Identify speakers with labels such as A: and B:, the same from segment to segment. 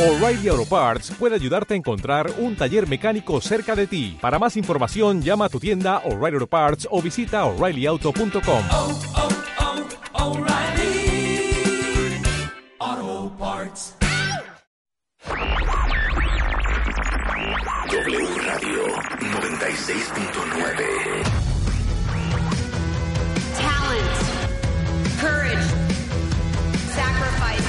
A: O'Reilly Auto Parts puede ayudarte a encontrar un taller mecánico cerca de ti. Para más información, llama a tu tienda O'Reilly Auto Parts o visita oreillyauto.com.
B: oh, oh, O'Reilly. Auto Parts.
C: W Radio 96.9.
D: talent, courage, sacrifice.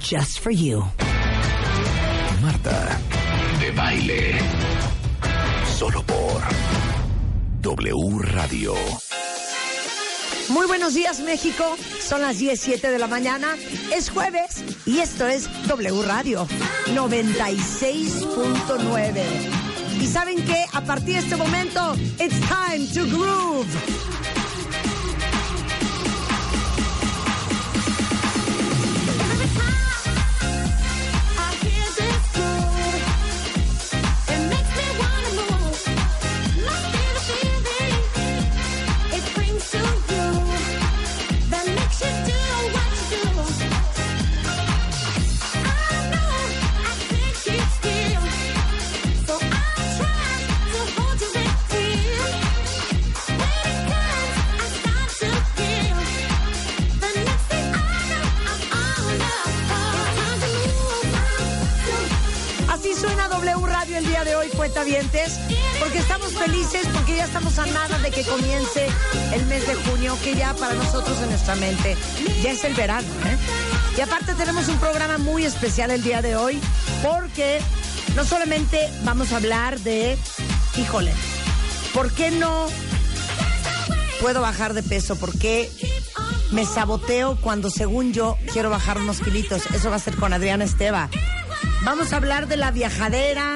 E: Just for you.
C: Marta de Baile. Solo por W Radio.
E: Muy buenos días, México. Son las 17 de la mañana. Es jueves y esto es W Radio 96.9. Y saben que a partir de este momento, it's time to groove. Así suena W Radio el día de hoy, cuentavientes, porque estamos felices, porque ya estamos a nada de que comience el mes de junio, que ya para nosotros en nuestra mente ya es el verano. ¿eh? Y aparte tenemos un programa muy especial el día de hoy, porque no solamente vamos a hablar de, híjole, ¿por qué no puedo bajar de peso? ¿Por qué me saboteo cuando según yo quiero bajar unos kilitos? Eso va a ser con Adriana Esteva. Vamos a hablar de la viajadera,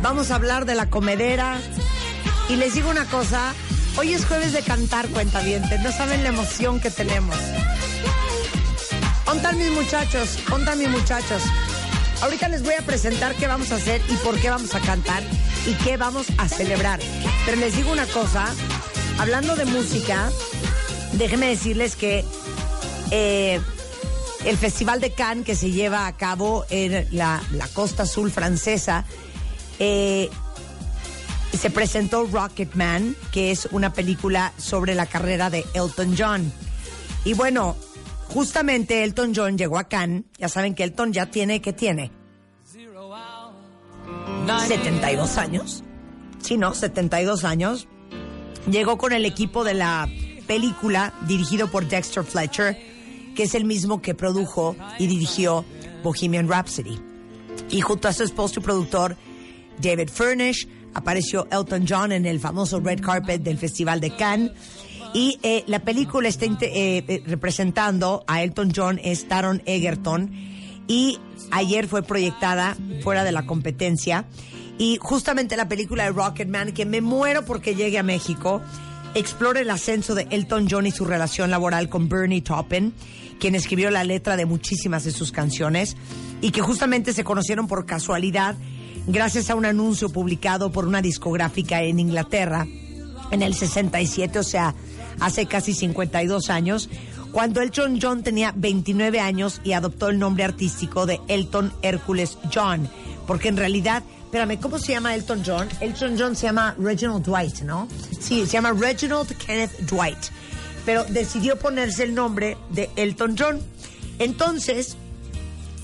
E: vamos a hablar de la comedera. Y les digo una cosa, hoy es jueves de cantar cuentavientes, no saben la emoción que tenemos. Ontan mis muchachos, ontan mis muchachos. Ahorita les voy a presentar qué vamos a hacer y por qué vamos a cantar y qué vamos a celebrar. Pero les digo una cosa, hablando de música, déjenme decirles que eh, el Festival de Cannes que se lleva a cabo en la, la costa azul francesa. eh, se presentó Rocketman, que es una película sobre la carrera de Elton John. Y bueno, justamente Elton John llegó a Cannes. Ya saben que Elton ya tiene, ¿qué tiene? 72 años. Sí, no, 72 años. Llegó con el equipo de la película dirigido por Dexter Fletcher, que es el mismo que produjo y dirigió Bohemian Rhapsody. Y junto a su esposo y productor, David Furnish, apareció Elton John en el famoso red carpet del Festival de Cannes. Y eh, la película está inte- eh, eh, representando a Elton John, es Taron Egerton. Y ayer fue proyectada fuera de la competencia. Y justamente la película de Rocketman, que me muero porque llegue a México, explora el ascenso de Elton John y su relación laboral con Bernie Taupin, quien escribió la letra de muchísimas de sus canciones, y que justamente se conocieron por casualidad gracias a un anuncio publicado por una discográfica en Inglaterra en el 67, o sea, hace casi 52 años, cuando Elton John tenía 29 años y adoptó el nombre artístico de Elton Hércules John, porque en realidad, espérame, ¿cómo se llama Elton John? Elton John se llama Reginald Dwight, ¿no? Sí, se llama Reginald Kenneth Dwight, pero decidió ponerse el nombre de Elton John. Entonces,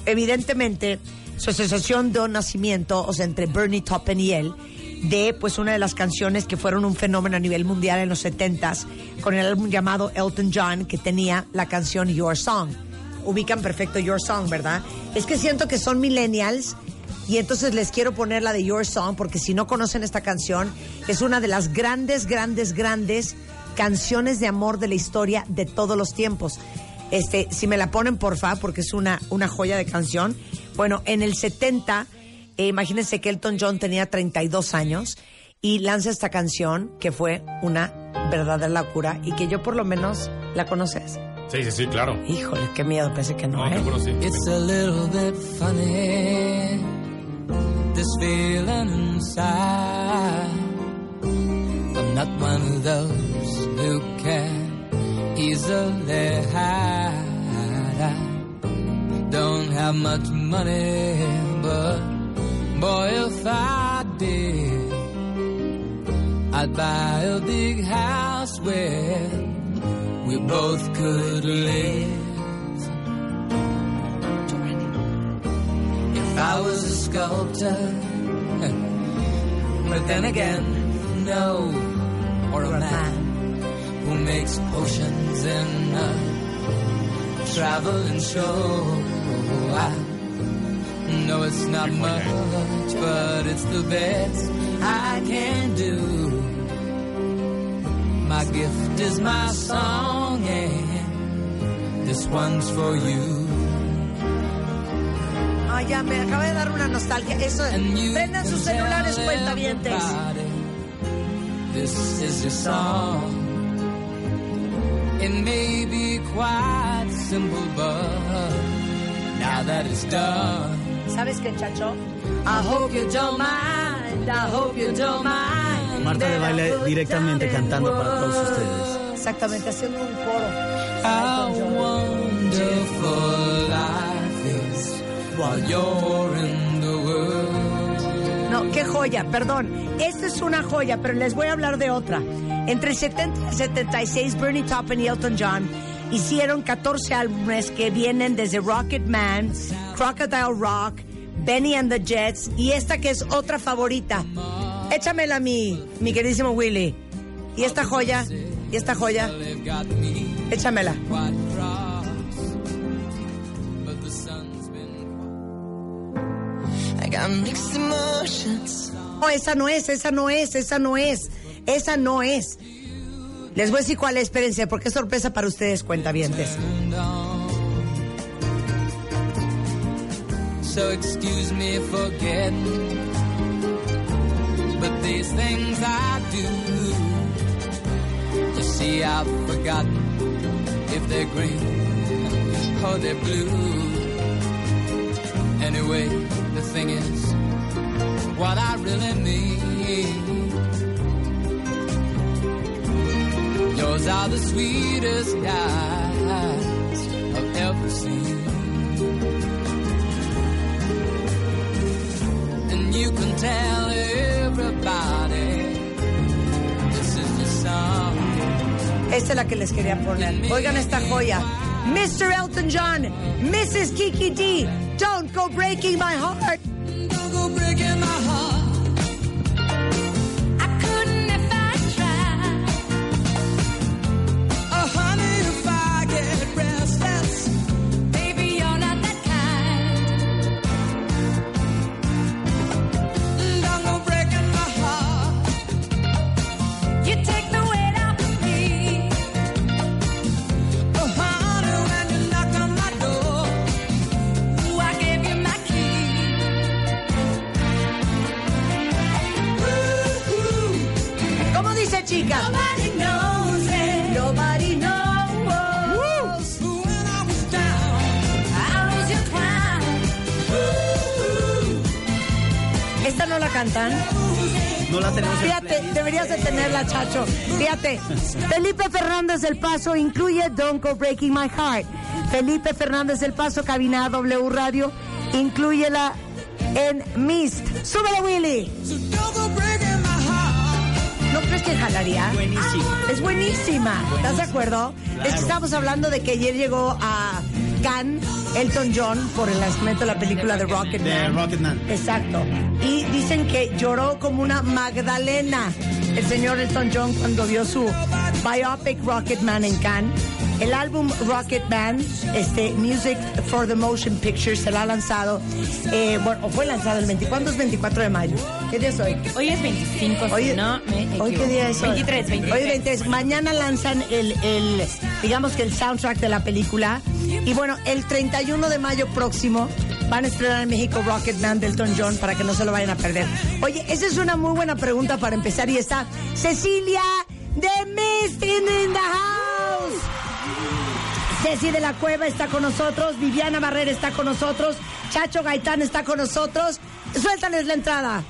E: evidentemente su asociación de nacimiento, o sea, entre Bernie Taupin y él, de pues una de las canciones que fueron un fenómeno a nivel mundial en los 70s, con el álbum llamado Elton John, que tenía la canción Your Song. Ubican perfecto Your Song, ¿verdad? Es que siento que son millennials y entonces les quiero poner la de Your Song, porque si no conocen esta canción, es una de las grandes, grandes, grandes canciones de amor de la historia de todos los tiempos. Este, si me la ponen, porfa, porque es una, una joya de canción. Bueno, en el 70, eh, imagínense que Elton John tenía 32 años y lanza esta canción que fue una verdadera locura y que yo por lo menos la conoces.
F: Sí, sí, sí, claro.
E: Híjole, qué miedo, pensé que no,
F: No,
E: ¿eh?
F: seguro sí.
G: It's a little bit funny, this feeling inside. I'm not one of those who can easily hide. I don't have much money, but boy, if I did, I'd buy a big house where we both could live. If I was a sculptor, but then again, no, or a man who makes potions in a traveling show. I know it's not much, but it's the best I can do. My gift is my song, and this one's for you.
E: Ah, ya, me acaba de dar una nostalgia. Eso,
G: And you
E: prendan sus
G: can tell
E: celulares, cuentavientes.
G: everybody This is your song. It may be quite simple, but now that it's done,
E: ¿Sabes qué, chacho?
G: I hope you don't mind. I hope you don't mind.
H: Marta de Baile directamente cantando para todos ustedes.
E: Exactamente, haciendo un coro.
G: How wonderful life is while you're in the world.
E: No, qué joya, perdón. Esta es una joya, pero les voy a hablar de otra. Entre el 70 y el 76, Bernie Taupin y Elton John hicieron 14 álbumes que vienen desde Rocket Man, Crocodile Rock, Benny and the Jets y esta que es otra favorita. Échamela a mí, mi queridísimo Willy. Y esta joya, y esta joya,
G: They've got me
E: échamela.
G: quite cross, but the sun's been. I got mixed emotions.
E: No, esa no es, esa no es, esa no es, esa no es. Les voy a decir cuál es, espérense, porque es sorpresa para ustedes, cuentavientes.
G: So excuse me for getting, but these things I do, you see, I've forgotten if they're green or they're blue. Anyway, the thing is, what I really mean. Yours are the sweetest eyes I've ever seen. and you can tell everybody this is the song.
E: Esta es la que les quería poner. Oigan esta joya. Mr. Elton John, Mrs. Kiki D, Don't Go Breaking My Heart.
G: Don't go breaking my heart.
I: I couldn't if I tried.
G: Oh, honey, if I get restless,
I: Baby, you're not that kind.
G: don't go breaking my heart.
I: You take the weight off of me.
G: Oh, honey, when you knock on my door,
I: Ooh, I gave you my key.
E: ¿Cómo dice, chica?
I: Nobody knows it.
E: Nobody knows.
G: when I was down,
I: I was your crown.
E: Esta no la cantan.
H: No la tenemos en
E: Fíjate, deberías de tenerla, Chacho. Fíjate. Felipe Fernández del Paso incluye Don't Go Breaking My Heart. Felipe Fernández del Paso, cabina W Radio, incluyela en Mist. ¡Súbele, Willy!
G: so don't go breaking my heart.
E: ¿No crees que jalaría?
H: Buenísimo.
E: Es buenísima. ¿Estás de acuerdo? Es que estábamos hablando de que ayer llegó a Cannes Elton John por el lanzamiento de la película de Rocket
H: De
E: Man.
H: Rocketman.
E: Exacto. Y dicen que lloró como una Magdalena el señor Elton John cuando vio su biopic Rocketman en Cannes. El álbum Rocketman, este Music for the Motion Picture, se la ha lanzado, eh, bueno, o fue lanzado el 24, ¿cuándo es 24 de mayo? ¿Qué día es hoy?
J: Hoy es 25,
E: Hoy,
J: si no me
E: ¿hoy
J: equivoco.
E: qué día es hoy?
J: 23, 23.
E: Hoy 23. Mañana lanzan el, el, digamos que el soundtrack de la película. Y bueno, el 31 de mayo próximo Van a estrenar en México Rocketman de Elton John para que no se lo vayan a perder. Oye, esa es una muy buena pregunta para empezar y está Cecilia de Mistin in the House. Ceci de la Cueva está con nosotros, Viviana Barrera está con nosotros, Chacho Gaitán está con nosotros. Suéltales la entrada.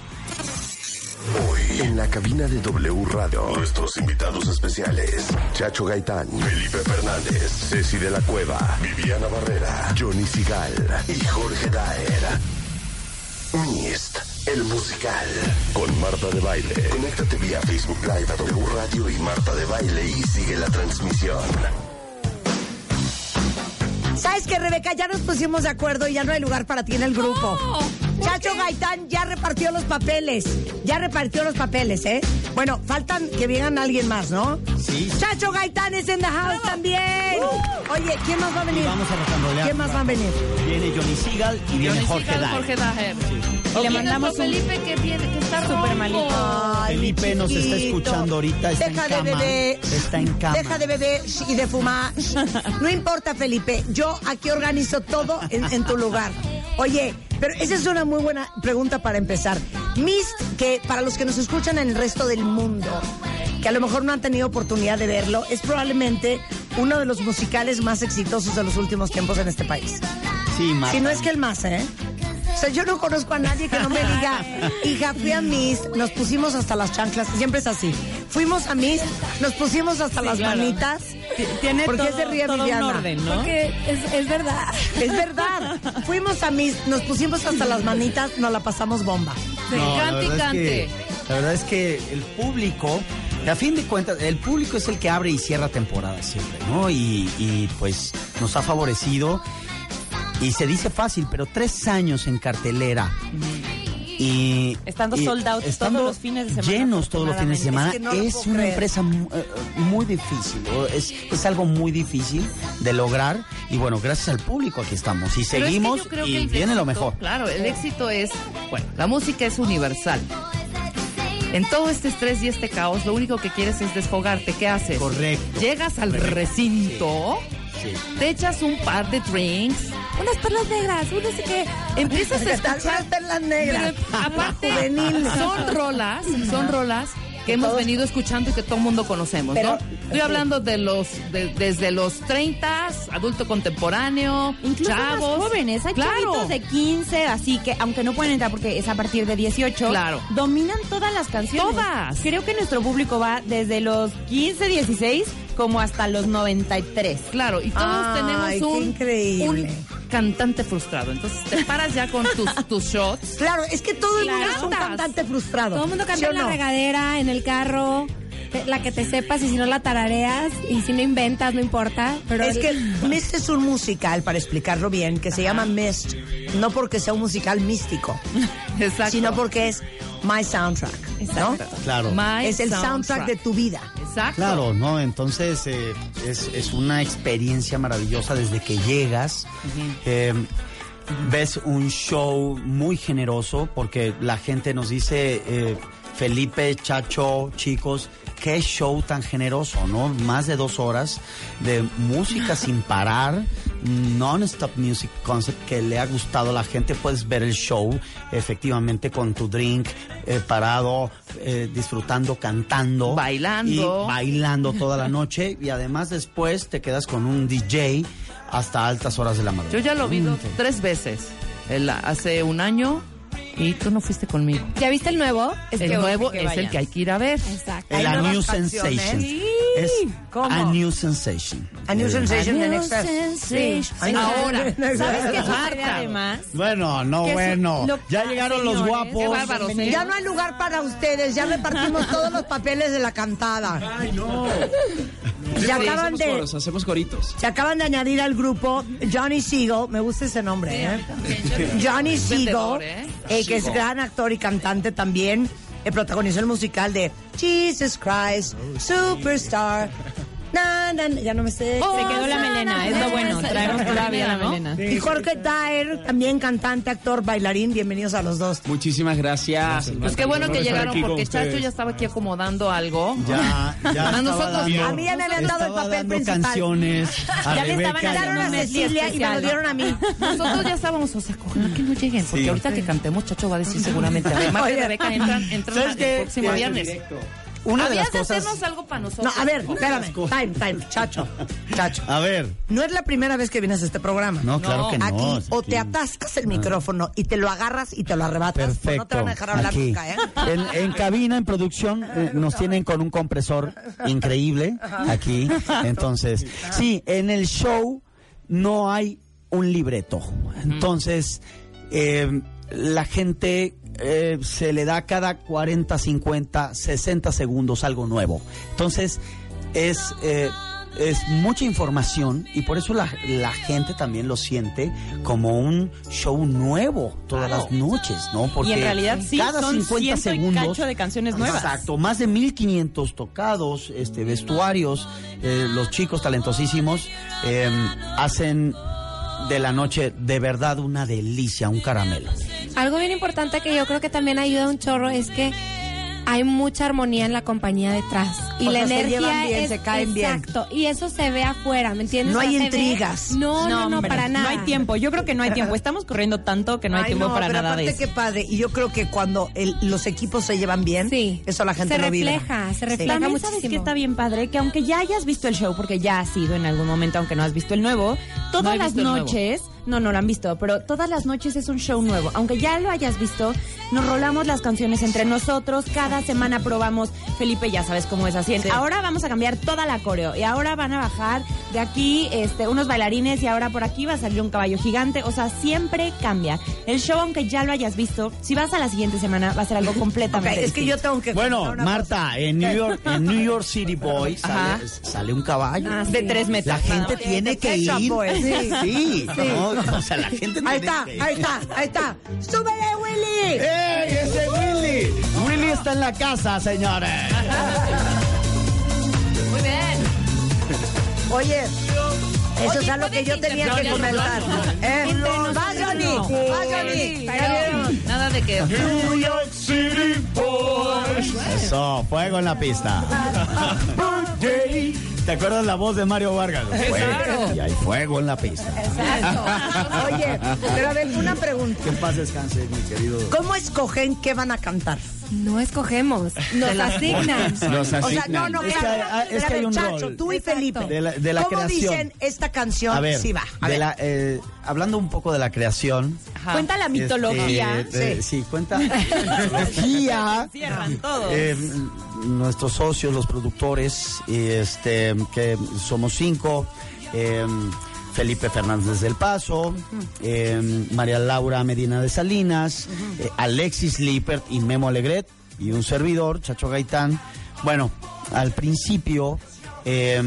C: Hoy, en la cabina de W Radio, nuestros invitados especiales, Chacho Gaitán, Felipe Fernández, Ceci de la Cueva, Viviana Barrera, Johnny Sigal y Jorge Daer. Mist, el musical. Con Marta de Baile. Conéctate vía Facebook Live a W Radio y Marta de Baile y sigue la transmisión.
E: ¿Sabes que Rebeca? Ya nos pusimos de acuerdo y ya no hay lugar para ti en el grupo. Chacho Gaitán ya repartió los papeles. Ya repartió los papeles, ¿eh? Bueno, faltan que vengan alguien más, ¿no?
H: Sí.
E: Chacho Gaitán es en the house también. Oye, ¿quién más va a venir?
H: Vamos a recambolear.
E: ¿Quién más va a venir?
H: Viene Johnny Seagal y viene
F: Johnny
H: Jorge
F: Sigal,
H: Daer.
F: Jorge Daer.
H: Ok.
F: Le mandamos Felipe que, viene, que está Súper ronco. malito.
E: Ay, mi
H: Felipe nos está
E: chiquito.
H: escuchando ahorita, está
E: Deja
H: en
E: de
H: cama,
E: beber.
H: está en cama.
E: Deja de beber y de fumar. No importa, Felipe. Yo aquí organizo todo en, en tu lugar. Oye, pero esa es una muy buena pregunta para empezar. Mist, que para los que nos escuchan en el resto del mundo, que a lo mejor no han tenido oportunidad de verlo, es probablemente uno de los musicales más exitosos de los últimos tiempos en este país.
H: Sí, Marta.
E: Si no es que el más, ¿eh? O sea, yo no conozco a nadie que no me diga, hija, fui a Miss, nos pusimos hasta las chanclas, siempre es así. Fuimos a Miss, nos pusimos hasta las
F: claro.
E: manitas.
F: T- Tiene
E: porque
F: todo,
E: es de Ría
F: todo
E: Viviana.
F: un orden, ¿no?
I: Porque es, es verdad.
E: Es verdad. Fuimos a Miss, nos pusimos hasta las manitas, nos la pasamos bomba.
F: De
H: No, la
F: cante y
H: verdad
F: cante.
H: es que- la verdad es que el público, a fin de cuentas, el público es el que abre y cierra temporadas siempre, ¿no? Y, y, pues nos ha favorecido. Y se dice fácil, pero tres años en cartelera. Y,
F: Estando
H: y
F: sold out todos
H: estando
F: los fines de semana,
H: Llenos todos los fines de semana.
E: afortunadamente.
H: Es,
E: Es que no lo puedo
H: una
E: creer.
H: empresa mu- eh, eh, muy difícil. o Es, es algo muy difícil de lograr. Y bueno, gracias al público aquí estamos.
F: Pero
H: Y
F: es que
H: seguimos
F: yo creo que
H: y
F: el
H: viene lo
F: éxito,
H: mejor.
F: Claro, el éxito es, bueno, la música es universal. En todo este estrés y este caos, lo único que quieres es desfogarte. ¿Qué haces?
H: Correcto.
F: Llegas al
H: Correcto.
F: recinto,
H: Sí.
F: te echas un par de drinks,
I: Unas perlas negras, uno sé qué.
F: empiezas a
E: Tal vez
F: escuchar.
E: está en las negras.
F: Pero aparte,
E: Juvenil.
F: son rolas, son rolas que hemos
E: todos-
F: venido escuchando y que todo mundo conocemos,
E: Pero-
F: ¿no? Estoy hablando de los, de- desde los 30, adulto contemporáneo,
J: Incluso
F: chavos.
J: más jóvenes, hay
F: Claro.
J: chavitos de 15, así que aunque no pueden entrar porque es a partir de 18,
F: Claro.
J: dominan todas las canciones.
F: Todas.
J: Creo que nuestro público va desde los 15, 16 como hasta los 93.
F: Claro, y todos
E: Ay, qué
F: tenemos un,
E: increíble.
F: un cantante frustrado. Entonces te paras ya con tus, tus shots.
E: Claro, es que todo el mundo es un
F: Cantas.
E: cantante frustrado.
I: Todo el mundo canta
E: ¿sí o
I: en la
E: no?
I: regadera, en el carro, eh, la que te sepas y si no la tarareas y si no inventas, no importa. Pero
E: es que Mist es un musical, para explicarlo bien, que se llama Mist, no porque sea un musical místico,
F: Exacto.
E: sino porque es My Soundtrack, ¿no?
F: Exacto.
H: Claro.
F: My
E: es el soundtrack de tu vida.
F: Exacto.
H: Claro, ¿no? Entonces eh, es, es una experiencia maravillosa desde que llegas. Eh, ves un show muy generoso porque la gente nos dice, eh, Felipe, Chacho, chicos, qué show tan generoso, ¿no? Más de dos horas de música sin parar, non-stop music concept que le ha gustado a la gente. Puedes ver el show efectivamente con tu drink eh, parado, eh, disfrutando, cantando.
F: Bailando.
H: Y bailando toda la noche y además después te quedas con un DJ hasta altas horas de la
F: Yo
H: madrugada.
F: ya lo vi dos- tres veces. El- hace un año y tú no fuiste conmigo.
I: ¿Ya viste el nuevo? Es
F: el
I: que-
F: nuevo
I: que
F: es el
I: vayas.
F: que hay que ir a ver.
I: Exacto.
H: El A
E: nuevas
H: New
E: canciones.
H: Sensation.
E: Sí.
H: Es
E: ¿Cómo?
H: A New Sensation.
E: A New
H: Eh,
E: Sensation en Excess.
J: Sensation.
E: Sí.
F: Ahora,
J: ¿Sabes qué sucede
F: Marta.
J: además?
H: Bueno, no,
J: Que eso-
H: bueno.
J: lo-
H: Ya llegaron los
J: señores,
H: guapos.
F: Qué bárbaros. ¿eh?
E: Ya no hay lugar para ustedes, ya repartimos todos los papeles de la cantada. Ay, no. Se acaban de
K: hacemos coritos.
E: se acaban de añadir al grupo Johnny Siegel, me gusta ese nombre, ¿eh? Johnny Siegel,
F: vendedor, ¿eh?
E: eh, que es gran actor y cantante también, eh, protagonizó el musical de Jesus Christ, Superstar. Na, na, na, ya no me sé.
F: Oh,
J: Se quedó la melena, es lo bueno,
F: Pues,
J: traemos todavía la melena.
E: Y Jorge Taer, también cantante, actor, bailarín, bienvenidos a los dos.
H: Muchísimas gracias.
F: Pues qué bueno que llegaron porque Chacho ya estaba aquí acomodando algo.
H: Ya, ya
F: A
H: estaba
F: nosotros
H: dando-
F: no.
E: A mí ya me habían dado el
H: estaba
E: papel
H: dando
E: principal.
H: canciones. a
E: Ya le estaban
H: Rebeca, ya
E: dando
H: no
E: una
H: me-
E: mesita. Cecilia, y me lo dieron a mí.
F: Nosotros ya estábamos, o sea, ojalá que no lleguen, porque
H: Sí.
F: ahorita que cantemos, Chacho va a decir seguramente. Además de Rebeca, entran, entran
H: ¿Sabes
F: el
H: qué?
F: próximo
H: Qué
F: viernes.
H: directo. Una de
F: Habías
H: las
F: de
H: cosas.
F: hacernos algo para nosotros.
E: No, a ver, espérame. Time, time, chacho. Chacho.
H: A ver.
E: No es la primera vez que vienes a este programa.
H: No, claro que no. Ah.
E: Aquí o
H: aquí.
E: te atascas el micrófono y te lo agarras y te lo arrebatas. o Pues, no te
H: Perfecto.
E: van a dejar hablar
H: Aquí.
E: nunca, ¿eh?
H: En, en cabina, en producción, eh, nos tienen con un compresor increíble aquí. Entonces, sí, en el show no hay un libreto. Entonces, eh, la gente eh, se le da cada 40, 50, 60 segundos algo nuevo. Entonces, es... eh, es mucha información y por eso la, la gente también lo siente como un show nuevo todas las noches, ¿no? Porque
J: Y en realidad sí,
H: cada
J: son
H: 50
J: ciento y
H: segundos
J: cacho de canciones nuevas.
H: Exacto, más de 1500 tocados, este vestuarios, eh, los chicos talentosísimos eh, hacen de la noche de verdad una delicia, un caramelo.
I: Algo bien importante que yo creo que también ayuda un chorro es que hay mucha armonía en la compañía detrás y
E: O
I: la
E: sea, se
I: energía
E: llevan bien,
I: es
E: se caen bien.
I: exacto y eso se ve afuera, ¿me entiendes?
E: No
I: O sea,
E: hay
I: se ve-
E: intrigas.
I: No, no, no,
J: hombre,
I: para nada.
J: No hay tiempo, yo creo que no hay tiempo. Estamos corriendo tanto que no hay
E: Ay,
J: tiempo para
E: pero
J: nada de
E: aparte
J: eso.
E: qué padre. Y yo creo que cuando el- los equipos se llevan bien, eso la gente
I: Se
E: lo vive.
I: refleja, se refleja
J: También
I: muchísimo.
J: sabes que está bien padre que aunque ya hayas visto el show, porque ya has sido en algún momento, aunque no has visto el nuevo,
F: No
J: todas
F: he
J: las
F: visto el nuevo.
J: noches, no, no lo han visto, pero todas las noches es un show nuevo. Aunque ya lo hayas visto, nos rolamos las canciones entre nosotros, cada semana probamos. Felipe ya sabes cómo es así. en, Ahora vamos a cambiar toda la coreo y ahora van a bajar de aquí este, unos bailarines y ahora por aquí va a salir un caballo gigante. O sea, siempre cambia. El show, aunque ya lo hayas visto, si vas a la siguiente semana, va a ser algo
E: Ok,
J: completamente
E: es que yo tengo que...
H: Bueno,
E: contar una
H: Marta, en New York, en New York City Boy sale, sale un caballo.
J: cosa. Ah, de tres metros.
H: La
J: nada
H: gente
J: más.
H: tiene que
E: Pet Shop
H: ir.
J: pues.
E: Boys, sí.
H: Sí, ¿no? O sea, la gente
E: Ahí
H: tiene
E: está,
H: que ir.
E: ahí está, ahí está. ¡Súbele, Willy!
H: ¡Ey, ese Willy! Willy está en la casa, señores.
F: Muy bien.
E: Oye, eso es
F: Oye,
E: algo que yo
F: puedes
E: tenía que
F: intercambiar
E: comentar.
F: los datos.
E: ¿Eh?
F: Entre nosotros
E: Va, Johnny,
F: no.
E: va, Johnny. Ya
F: Pero
E: vieron.
F: nada de que
H: Eso, fuego en la pista. ¿Te acuerdas la voz de Mario Vargas? Fuego. Y hay fuego en la pista.
E: Oye, pero a ver, una pregunta.
H: Que en paz descanse, mi querido.
E: ¿Cómo escogen qué van a cantar?
I: No escogemos, nos asignan.
H: Los
E: O sea, no, no,
H: es que,
E: claro.
H: hay- ah, es
E: Pero a
H: que hay
E: ver,
H: un
E: Chacho,
H: rol.
E: tú y
I: Exacto.
E: Felipe.
H: De la- de la
E: ¿Cómo
H: creación.
E: dicen esta canción?
H: A ver,
E: sí va. A
H: de
E: ver.
H: la, eh, hablando un poco de la creación.
E: Ah.
J: Cuenta la mitología.
H: este, de- sí. cuenta la mitología.
J: Cierran todos.
H: Eh, nuestros socios, los productores, y este, que somos cinco, eh, Felipe Fernández del Paso, eh, María Laura Medina de Salinas, eh, Alexis Lippert y Memo Alegret, y un servidor, Chacho Gaitán. Bueno, al principio, eh,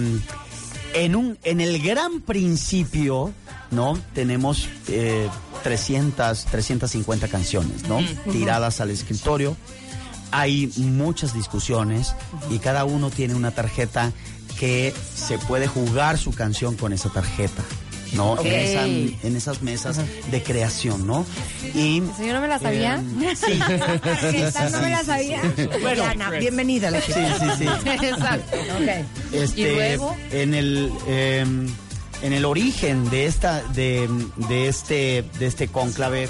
H: en, un, en el gran principio, ¿no? Tenemos eh, 300, 350 canciones, ¿no? Tiradas al escritorio hay muchas discusiones y cada uno tiene una tarjeta que se puede jugar su canción con esa tarjeta, ¿no?
F: Ok.
H: En, esa- en esas mesas de creación, ¿no? Y
I: Eso yo no me la sabía.
H: eh, sí.
I: Esta no me la sabía.
H: Bueno,
E: Ana, bienvenida a la
H: sí, sí, sí.
F: Exacto.
H: Este,
F: ¿Y luego?
H: en el eh, en el origen de esta de, de este de este cónclave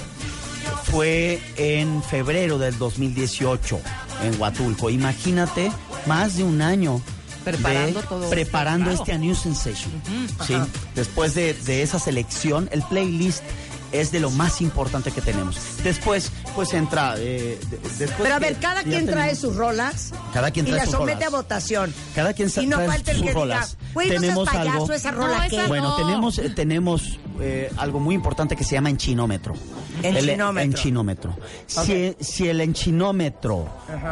H: fue en febrero del 2018 en Huatulco. Imagínate más de un año de-
F: Preparando todo esto,
H: preparando
F: claro.
H: este a New Sensation. ¿sí? Después de, de esa selección, el playlist es de lo más importante que tenemos. Después, pues entra. eh, de- después
E: Pero a
H: que
E: ver, cada
H: ya
E: quien trae
H: tenemos-
E: sus rolas.
H: Cada quien
E: y
H: trae
E: las
H: sus
E: somete
H: rolas.
E: a votación.
H: Cada quien sa-
E: Y no
H: trae
E: falta el
H: sus
E: que
H: rolas.
E: diga, güey, no seas
H: Tenemos
E: payaso,
H: algo-
E: esa rola
F: No,
E: que...
F: esa
H: Bueno,
F: no.
H: tenemos, eh, tenemos eh, algo muy importante que se llama enchinómetro.
E: El chinómetro.
H: enchinómetro. Si, si el enchinómetro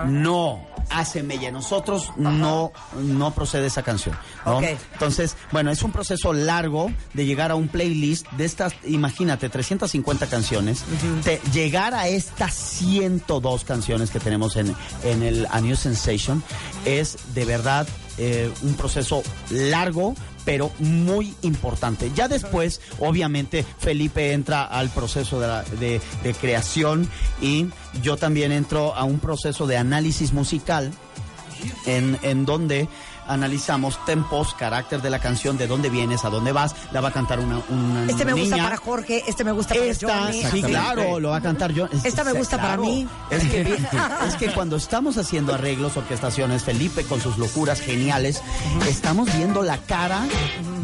H: no hace mella en nosotros, no, no procede esa canción. ¿no?
E: Ok.
H: Entonces, bueno, es un proceso largo de llegar a un playlist de estas, imagínate, 350 canciones, de llegar a estas 102 canciones que tenemos en, en el A New Sensation es de verdad eh, un proceso largo pero muy importante. Ya después, obviamente, Felipe entra al proceso de, la- de- de creación y yo también entro a un proceso de análisis musical en, en donde analizamos tempos, carácter de la canción, de dónde vienes, a dónde vas, la va a cantar una, una
E: Este me gusta
H: niña.
E: para Jorge, este me gusta para
H: Esta,
E: Johnny.
H: sí,
E: así.
H: claro, lo va a cantar yo.
E: Esta me
H: Sí,
E: gusta para
H: claro.
E: mí.
H: Es que, es que cuando estamos haciendo arreglos, orquestaciones, Felipe con sus locuras geniales, estamos viendo la cara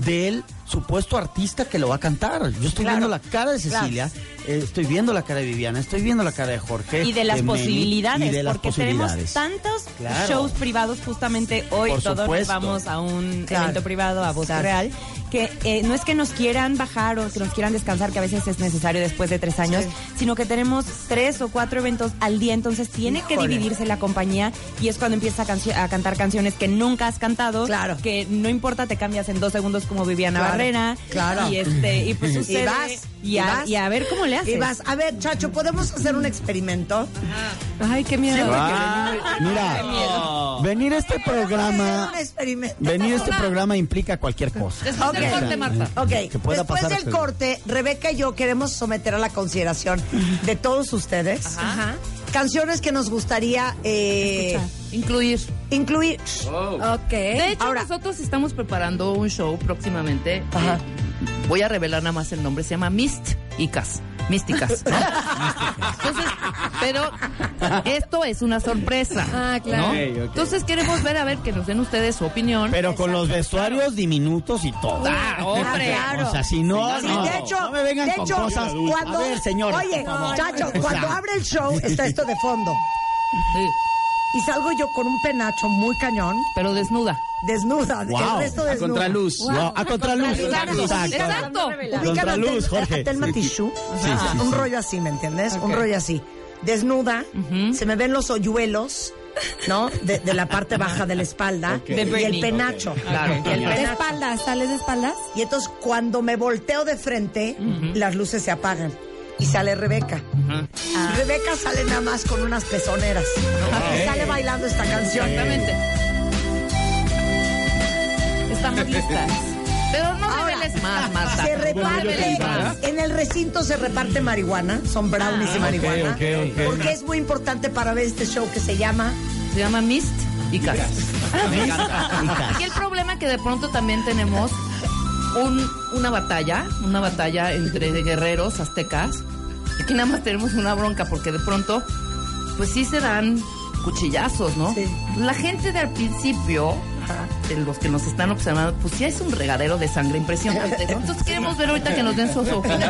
H: del supuesto artista que lo va a cantar. Yo estoy viendo la cara de Cecilia, eh, estoy viendo la cara de Viviana, estoy viendo la cara de Jorge.
J: Y de las
H: Meni,
J: posibilidades,
H: y de las
J: porque
H: posibilidades.
J: tenemos tantos
H: Claro.
J: shows privados justamente hoy.
H: Por
J: todos
H: supuesto. Ah,
J: vamos a un
H: Claro.
J: evento privado, a voz
H: Claro.
J: real. Que eh, no es que nos quieran bajar o que nos quieran descansar, que a veces es necesario después de tres años, sino que tenemos tres o cuatro eventos al día, entonces tiene que
E: Híjole.
J: dividirse la compañía y es cuando empieza a, cancio- a cantar canciones que nunca has cantado, claro. que no importa, te cambias en dos segundos como Viviana
E: Claro.
J: Barrera.
E: Claro.
J: Y, este, y pues
E: Y
J: sucede,
E: vas,
J: y a-
E: y vas.
J: y a ver cómo le haces.
E: Y vas, a ver, Chacho, ¿podemos hacer un experimento?
J: Ay, qué miedo.
H: Ah, mira, venir a este programa,
E: Un experimento.
H: venir a este programa implica cualquier cosa. Mm,
E: Ok. Ok,
H: Que pueda
E: después
H: pasar este
E: del
H: hasta-
E: corte, Rebeca y yo queremos someter a la consideración de todos ustedes canciones que nos gustaría eh,
F: incluir.
E: Incluir.
H: Oh.
F: Ok. De hecho, nosotros estamos preparando un show próximamente. Eh, voy a revelar nada más el nombre. Se llama Místicas. Místicas. ¿no? Entonces, pero esto es una sorpresa. Ah,
H: claro. Ok, ok.
F: Entonces queremos ver, a ver, que nos den ustedes su opinión.
H: Pero con los vestuarios diminutos y todo.
F: Ah, hombre.
H: O sea, si no,
E: Sí,
H: no.
E: de hecho,
H: no me vengan
E: de
H: con
E: hecho,
H: cosas.
E: cuando,
H: A ver, señores,
E: oye,
H: por favor.
E: Chacho,
H: O sea,
E: cuando abre el show está esto de fondo. Y salgo yo con un penacho muy cañón.
F: Pero desnuda.
E: Desnuda,
H: Wow,
E: el resto
H: a
E: desnuda.
H: contraluz. Wow, a A contraluz. contraluz. Exacto. Exacto.
E: Ubican a
H: Contraluz,
E: Tel-
H: Jorge.
E: a Telma
H: Sí.
E: Tishú.
H: Sí,
E: Ajá.
H: sí,
E: Un
H: sí.
E: rollo así, ¿me entiendes? Un
H: Ok.
E: rollo así. Desnuda, se me ven los hoyuelos, ¿no? De, de la parte baja de la espalda.
F: De
E: Y el
F: Britney.
E: penacho.
F: Ah, Ok.
H: Ah.
F: Claro.
E: Y el
F: De
E: penacho. espaldas, sales de espaldas. Y entonces cuando me volteo de frente, las luces se apagan. Y sale Rebeca. Y Rebeca sale nada más con unas pezoneras. ¿no?
B: Ah,
E: Y
B: ok.
E: sale bailando esta canción.
B: Exactamente.
F: Estamos listas. Pero no reveles más, Marta.
E: Se
F: No
E: reparte,
F: reveles más.
E: en el recinto se reparte marihuana, son brownies
H: Ah,
E: y
F: ok,
E: marihuana.
F: ok, ok.
E: Porque es muy importante para ver este show que se llama.
F: Se llama Mist y Cas.
E: Me
F: Aquí el problema que de pronto también tenemos un- una batalla, una batalla entre guerreros aztecas. Aquí nada más tenemos una bronca porque de pronto, pues sí se dan cuchillazos, ¿no? La gente de al principio, de los que nos están observando, pues sí es un regadero de sangre impresionante. ¿no? Entonces queremos ver ahorita que nos den su su opinión.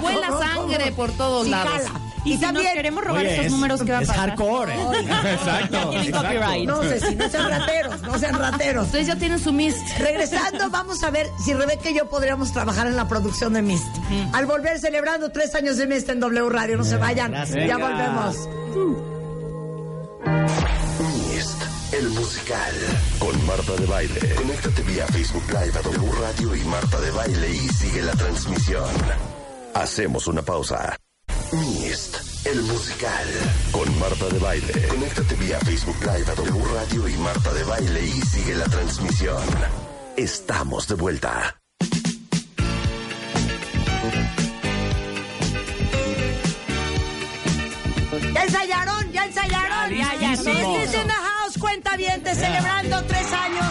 F: Vuela sangre por todos
J: Sí,
F: lados.
J: jala. Y, si nos queremos robar
F: Oye,
J: estos
F: es-
J: números, ¿qué va a
F: es
J: pasar?
F: hardcore, ¿eh? Exacto,
J: Tienen
F: exacto.
J: copyright.
E: No sé si no sean rateros, no sean rateros.
F: Ustedes ya tienen su Mist.
E: Regresando, vamos a ver si Rebeca y yo podríamos trabajar en la producción de Mist. Al volver celebrando tres años de Mist en W Radio, no se vayan.
C: gracias.
E: Ya
C: Venga.
E: volvemos.
C: Mist, el musical. Con Marta de Baile. Conéctate vía Facebook Live a W Radio y Marta de Baile y sigue la transmisión. Hacemos una pausa. Mist, el musical. Con Marta de Baile. Conéctate vía Facebook Live a W Radio y Marta de Baile y sigue la transmisión. Estamos de vuelta.
E: Ya ensayaron, ya ensayaron.
B: Ya,
E: ya.
B: listísimos.
E: Mist is in the house, cuenta bien,
H: Ya.
E: celebrando tres años.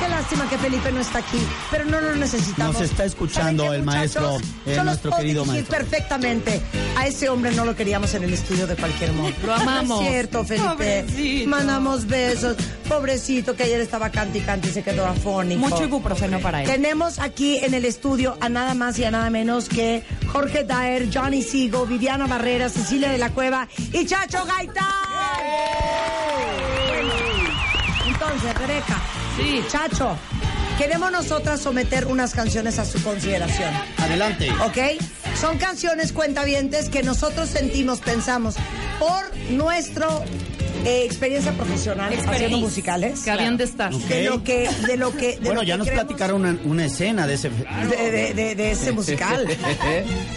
E: Qué lástima que Felipe no está aquí, pero no lo necesitamos.
H: Nos está escuchando el maestro, eh,
E: Yo los
H: nuestro
E: puedo
H: querido
E: dirigir
H: maestro.
E: perfectamente. A ese hombre no lo queríamos en el estudio de cualquier modo.
H: Lo amamos.
E: No es cierto, Felipe.
H: Pobrecito.
E: Mandamos besos. Pobrecito, que ayer estaba cante y cante y se quedó afónico.
J: Mucho ibuprofeno para él.
E: Tenemos aquí en el estudio a nada más y a nada menos que Jorge Daer, Johnny Sigo, Viviana Barrera, Cecilia de la Cueva y Chacho Gaitán. Entonces, Rebeca, Chacho, queremos nosotras someter unas canciones a su consideración.
H: Adelante.
E: ¿Ok? Son canciones cuentavientes que nosotros sentimos, pensamos, por nuestro eh, experiencia profesional haciendo musicales.
F: Que habían de estar.
H: Ok.
E: De lo que, de lo que, de
H: bueno,
E: lo que
H: ya nos
E: creemos-
H: platicaron una, una escena de ese. Eh,
E: de, de- de- de ese musical.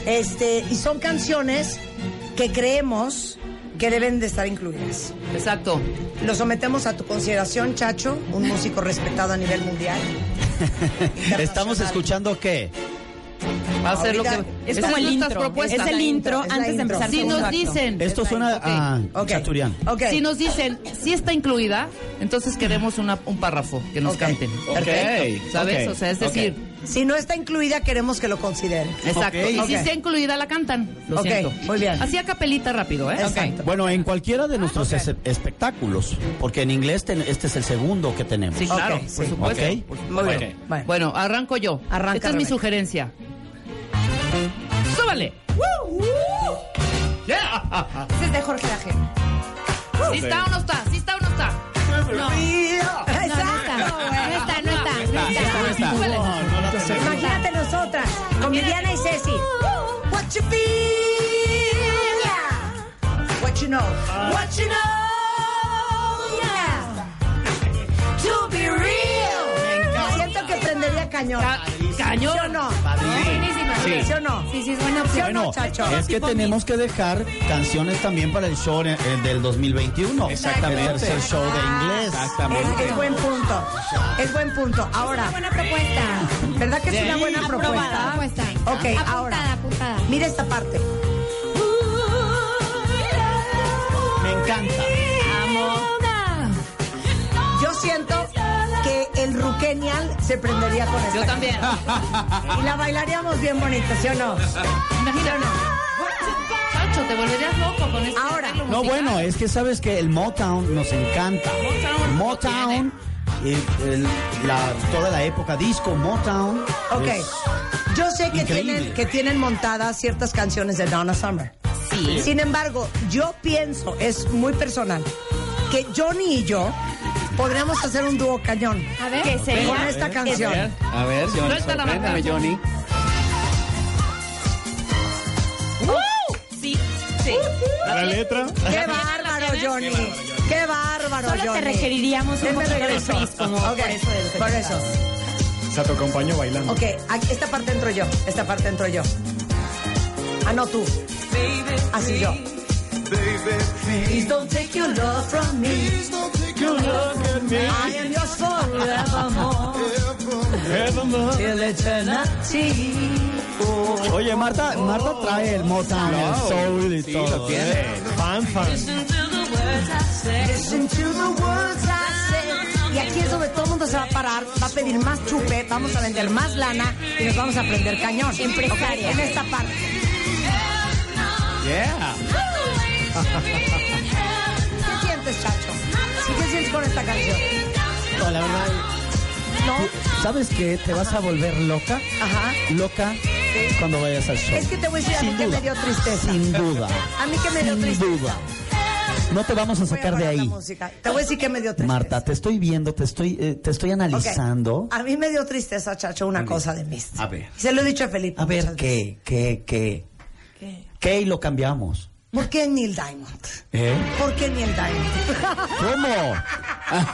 E: Este, y son canciones que creemos que deben de estar incluidas.
F: Exacto.
E: Lo sometemos a tu consideración, Chacho, un músico respetado a nivel mundial.
H: ¿Estamos escuchando qué?
F: Va a ser lo
E: Ahorita-
F: que. Es como el intro. Es el intro antes de empezar
E: Si
F: con
E: nos
F: un acto.
E: dicen.
H: Esto suena a Chaturian.
F: Si nos dicen, si está incluida, entonces queremos una- un párrafo que nos canten. Perfecto. ¿Sabes? O sea, es decir,
E: si no está incluida, queremos que lo consideren.
F: exacto. Y si está incluida, la cantan. Lo
E: Ok,
F: siento.
E: muy bien.
F: Así a capelita rápido, ¿eh? Ok.
H: Bueno, en cualquiera
F: Ah,
H: de nuestros es- espectáculos, porque en inglés ten- este es el segundo que tenemos.
F: Sí, claro, por supuesto.
H: Ok.
F: por supuesto. Bueno, bueno, arranco yo. Esta es mi sugerencia. ¡Súbale! Yeah.
I: Ese es de Jorge Laje.
F: ¿Sí está o no está? ¿Sí está o no está? No.
I: No está, no está. No está.
E: Imagínate nosotras, con Viviana y Ceci. What you feel, yeah. What you know. What you know, yeah. To be real. Siento que prendería cañón.
F: cañón.
E: ¿Sí o no?
I: Buenísima.
H: Sí.
E: ¿Sí o no?
I: Sí, sí, es buena opción.
H: Bueno, es que tenemos que dejar canciones también para el show eh, del 2021.
E: Exactamente.
H: El tercer show de inglés.
E: Es, es buen punto. Es buen punto. Ahora. Es buena propuesta. ¿Verdad que es una buena propuesta?
I: Propuesta.
E: Ok, ahora.
I: apuntada.
E: Mira esta parte.
H: Me encanta.
E: Yo siento que el Ruquenial se prendería con esta.
F: Yo también.
E: canción. Y la bailaríamos bien bonita, ¿sí o no?
F: Imagínate. Chacho, te volverías loco con este
E: Ahora.
F: arreglo
H: No,
F: musical.
H: bueno, es que sabes que el Motown nos encanta. Motown, eh, el- la- toda la época disco, Motown.
E: Ok.
H: es-
E: Yo sé que
H: Increíble.
E: tienen, que tienen montadas ciertas canciones de Donna Summer.
F: Sí.
E: Sin embargo, yo pienso, es muy personal, que Johnny y yo podríamos hacer un dúo cañón.
I: A ver.
E: Que sería? Con esta canción.
K: A ver, Johnny,
F: No está la
K: sorpréndeme,
F: marca.
K: Johnny.
F: Sí, sí.
K: La letra.
E: ¡Qué bárbaro, Johnny! ¡Qué bárbaro,
J: Solo
E: Johnny!
J: te requeriríamos un
E: Denme
J: poquito de
E: regreso.
J: frizz, como
E: Ok,
J: por eso del-
E: por eso.
K: Se te acompañó bailando.
E: Ok, aquí- esta parte entro yo. Esta parte entro yo. Ah, no, tú. Así yo. Please don't take your love from me. I am yours forevermore. Till eternity.
H: Oye, Marta, Marta trae el Motown, el soul y todo. ¿eh?
E: Listen to the words I say. Y aquí es donde todo el mundo se va a parar, va a pedir más chupe, vamos a vender más lana y nos vamos a prender cañón. Empresaria. En esta parte.
H: Yeah.
E: ¿Qué sientes, Chacho? ¿Qué sientes con esta canción?
H: No, la verdad, ¿Sabes qué? Te vas a volver loca,
E: Ajá.
H: loca cuando vayas al show.
E: Es que te voy a decir a mí
H: Sin
E: que
H: duda.
E: me dio tristeza.
H: Sin duda.
E: A mí que me dio
H: Sin
E: tristeza.
H: duda. No te vamos a
E: Voy a
H: sacar de
E: bajar la
H: ahí.
E: música. Te voy a decir que me dio tristeza.
H: Marta, te estoy viendo, te estoy, eh, te estoy
E: Ok. Ah,
H: analizando.
E: A mí me dio tristeza, Chacho, una cosa de mí.
H: A ver.
E: Se lo he dicho a Felipe.
H: A ver,
E: muchas veces.
H: ¿qué, qué, qué? ¿Qué y lo cambiamos?
E: ¿Por qué Neil Diamond?
H: ¿Eh?
E: ¿Por qué Neil Diamond?
H: ¿Cómo?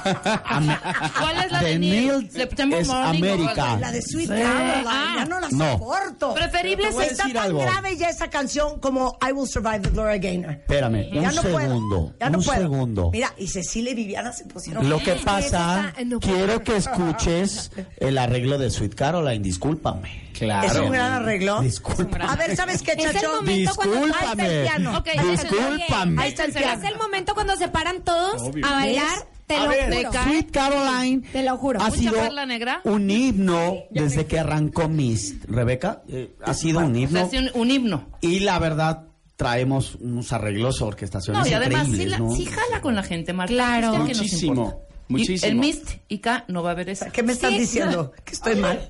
F: ¿Cuál es la de Neil? September
H: es
F: Morning,
H: América.
E: La de Sweet
H: Sí.
E: Caroline. ya no la
H: Ah. No.
E: soporto.
F: Preferible
H: Te voy
E: Ah.
H: a
E: Está
H: decir
E: tan
H: algo.
E: grave ya esa canción como I Will Survive de Gloria Gaynor.
H: Espérame, un
E: ya no
H: segundo.
E: puedo. Ya no
H: un
E: puedo.
H: segundo.
E: Mira, y Cecilia y Viviana se pusieron.
H: Lo que
I: Es que esa
H: pasa,
E: Eh,
I: está- no puedo.
H: quiero que escuches el arreglo de Sweet Caroline, discúlpame.
K: Claro.
E: Es un gran arreglo.
H: Discúlpame.
E: A ver, ¿sabes qué,
I: Es el
E: Chacho?
I: momento cuando ahí está
H: Discúlpame.
I: el piano.
F: Ok,
H: Discúlpame.
E: Ahí está el
I: Es el
E: piano.
I: momento cuando se paran todos
K: Obvio.
I: a bailar.
E: ¿Ves?
I: Te
F: A
I: lo
F: ver,
I: juro.
F: me cae.
H: Sweet Caroline
I: Te lo juro.
H: ha
I: Mucha
H: sido
F: perla negra.
H: un himno desde que arrancó Miss. Rebeca, eh, ha sido un
F: O sea,
H: himno.
F: es un, un himno.
H: Y la verdad, traemos unos arreglos, orquestaciones
F: No, y además sí,
H: increíbles,
F: la-
H: ¿no?
F: sí jala con la gente, Marta.
I: Claro.
F: Es que nos
K: Muchísimo,
F: importa.
K: muchísimo.
F: Y el Mist y K no va a haber eso.
E: ¿Qué me estás
I: Sí.
E: diciendo? ¿Que estoy mal?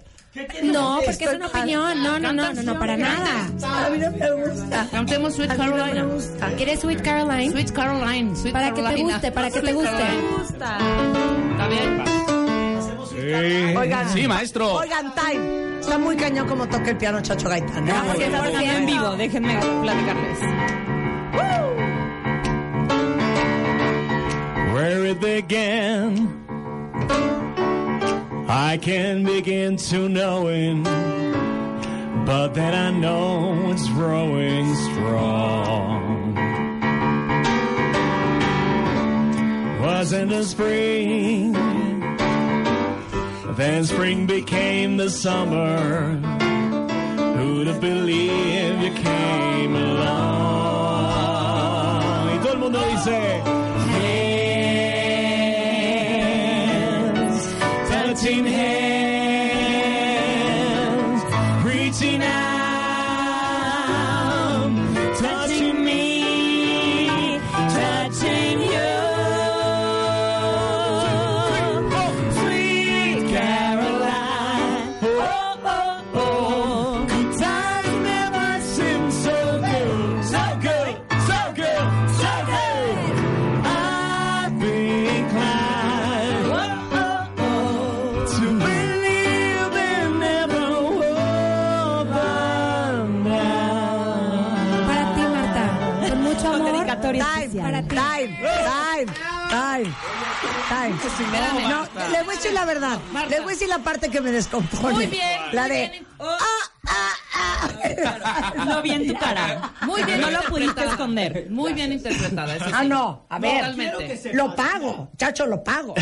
I: No, porque es
E: Estoy
I: una
E: mal.
I: opinión. No, no, no, no, no, para nada.
E: A mí no me gusta.
F: Cantemos Sweet
E: A mí no me
F: Caroline.
E: gusta.
I: ¿Quieres Sweet Caroline?
F: Sweet Caroline. Sweet
I: Para que te
F: Carolina.
I: guste, para que te
F: Sweet
I: guste.
F: Caroline. Está bien.
E: Oigan,
K: Sí, maestro.
E: Oigan, time. Está muy cañón como toca el piano Chacho Gaitán.
H: Ah,
E: ¿eh?
J: Porque está tocando en vivo, déjenme platicarles.
K: Where it began, I can begin to know it, but then I know it's growing strong. stars in the spring. Then spring became the summer. Who'd have believed you came along? Y todo el mundo dice. Hands, touching hands, reaching out, touching me, touching you. Sweet Caroline, oh, oh, oh. Times never seem so good, so good, so good, so good. I'd be inclined oh, oh, oh, to believe in never over now.
I: Para ti, Marta, con mucho amor.
E: Time,
I: para ti.
E: time, time, time. Time. No, le voy a decir la verdad. Le voy a decir la parte que me descompone.
F: Muy bien,
E: La
F: muy
E: de.
F: bien.
E: Ah, ah, ah.
J: Lo vi en tu cara.
F: Muy bien
J: No lo
F: interpretada.
J: pudiste esconder.
F: Muy bien interpretada. eso
E: Ah,
F: sí.
E: no. A ver.
F: Totalmente.
E: Lo pago. Chacho, lo pago.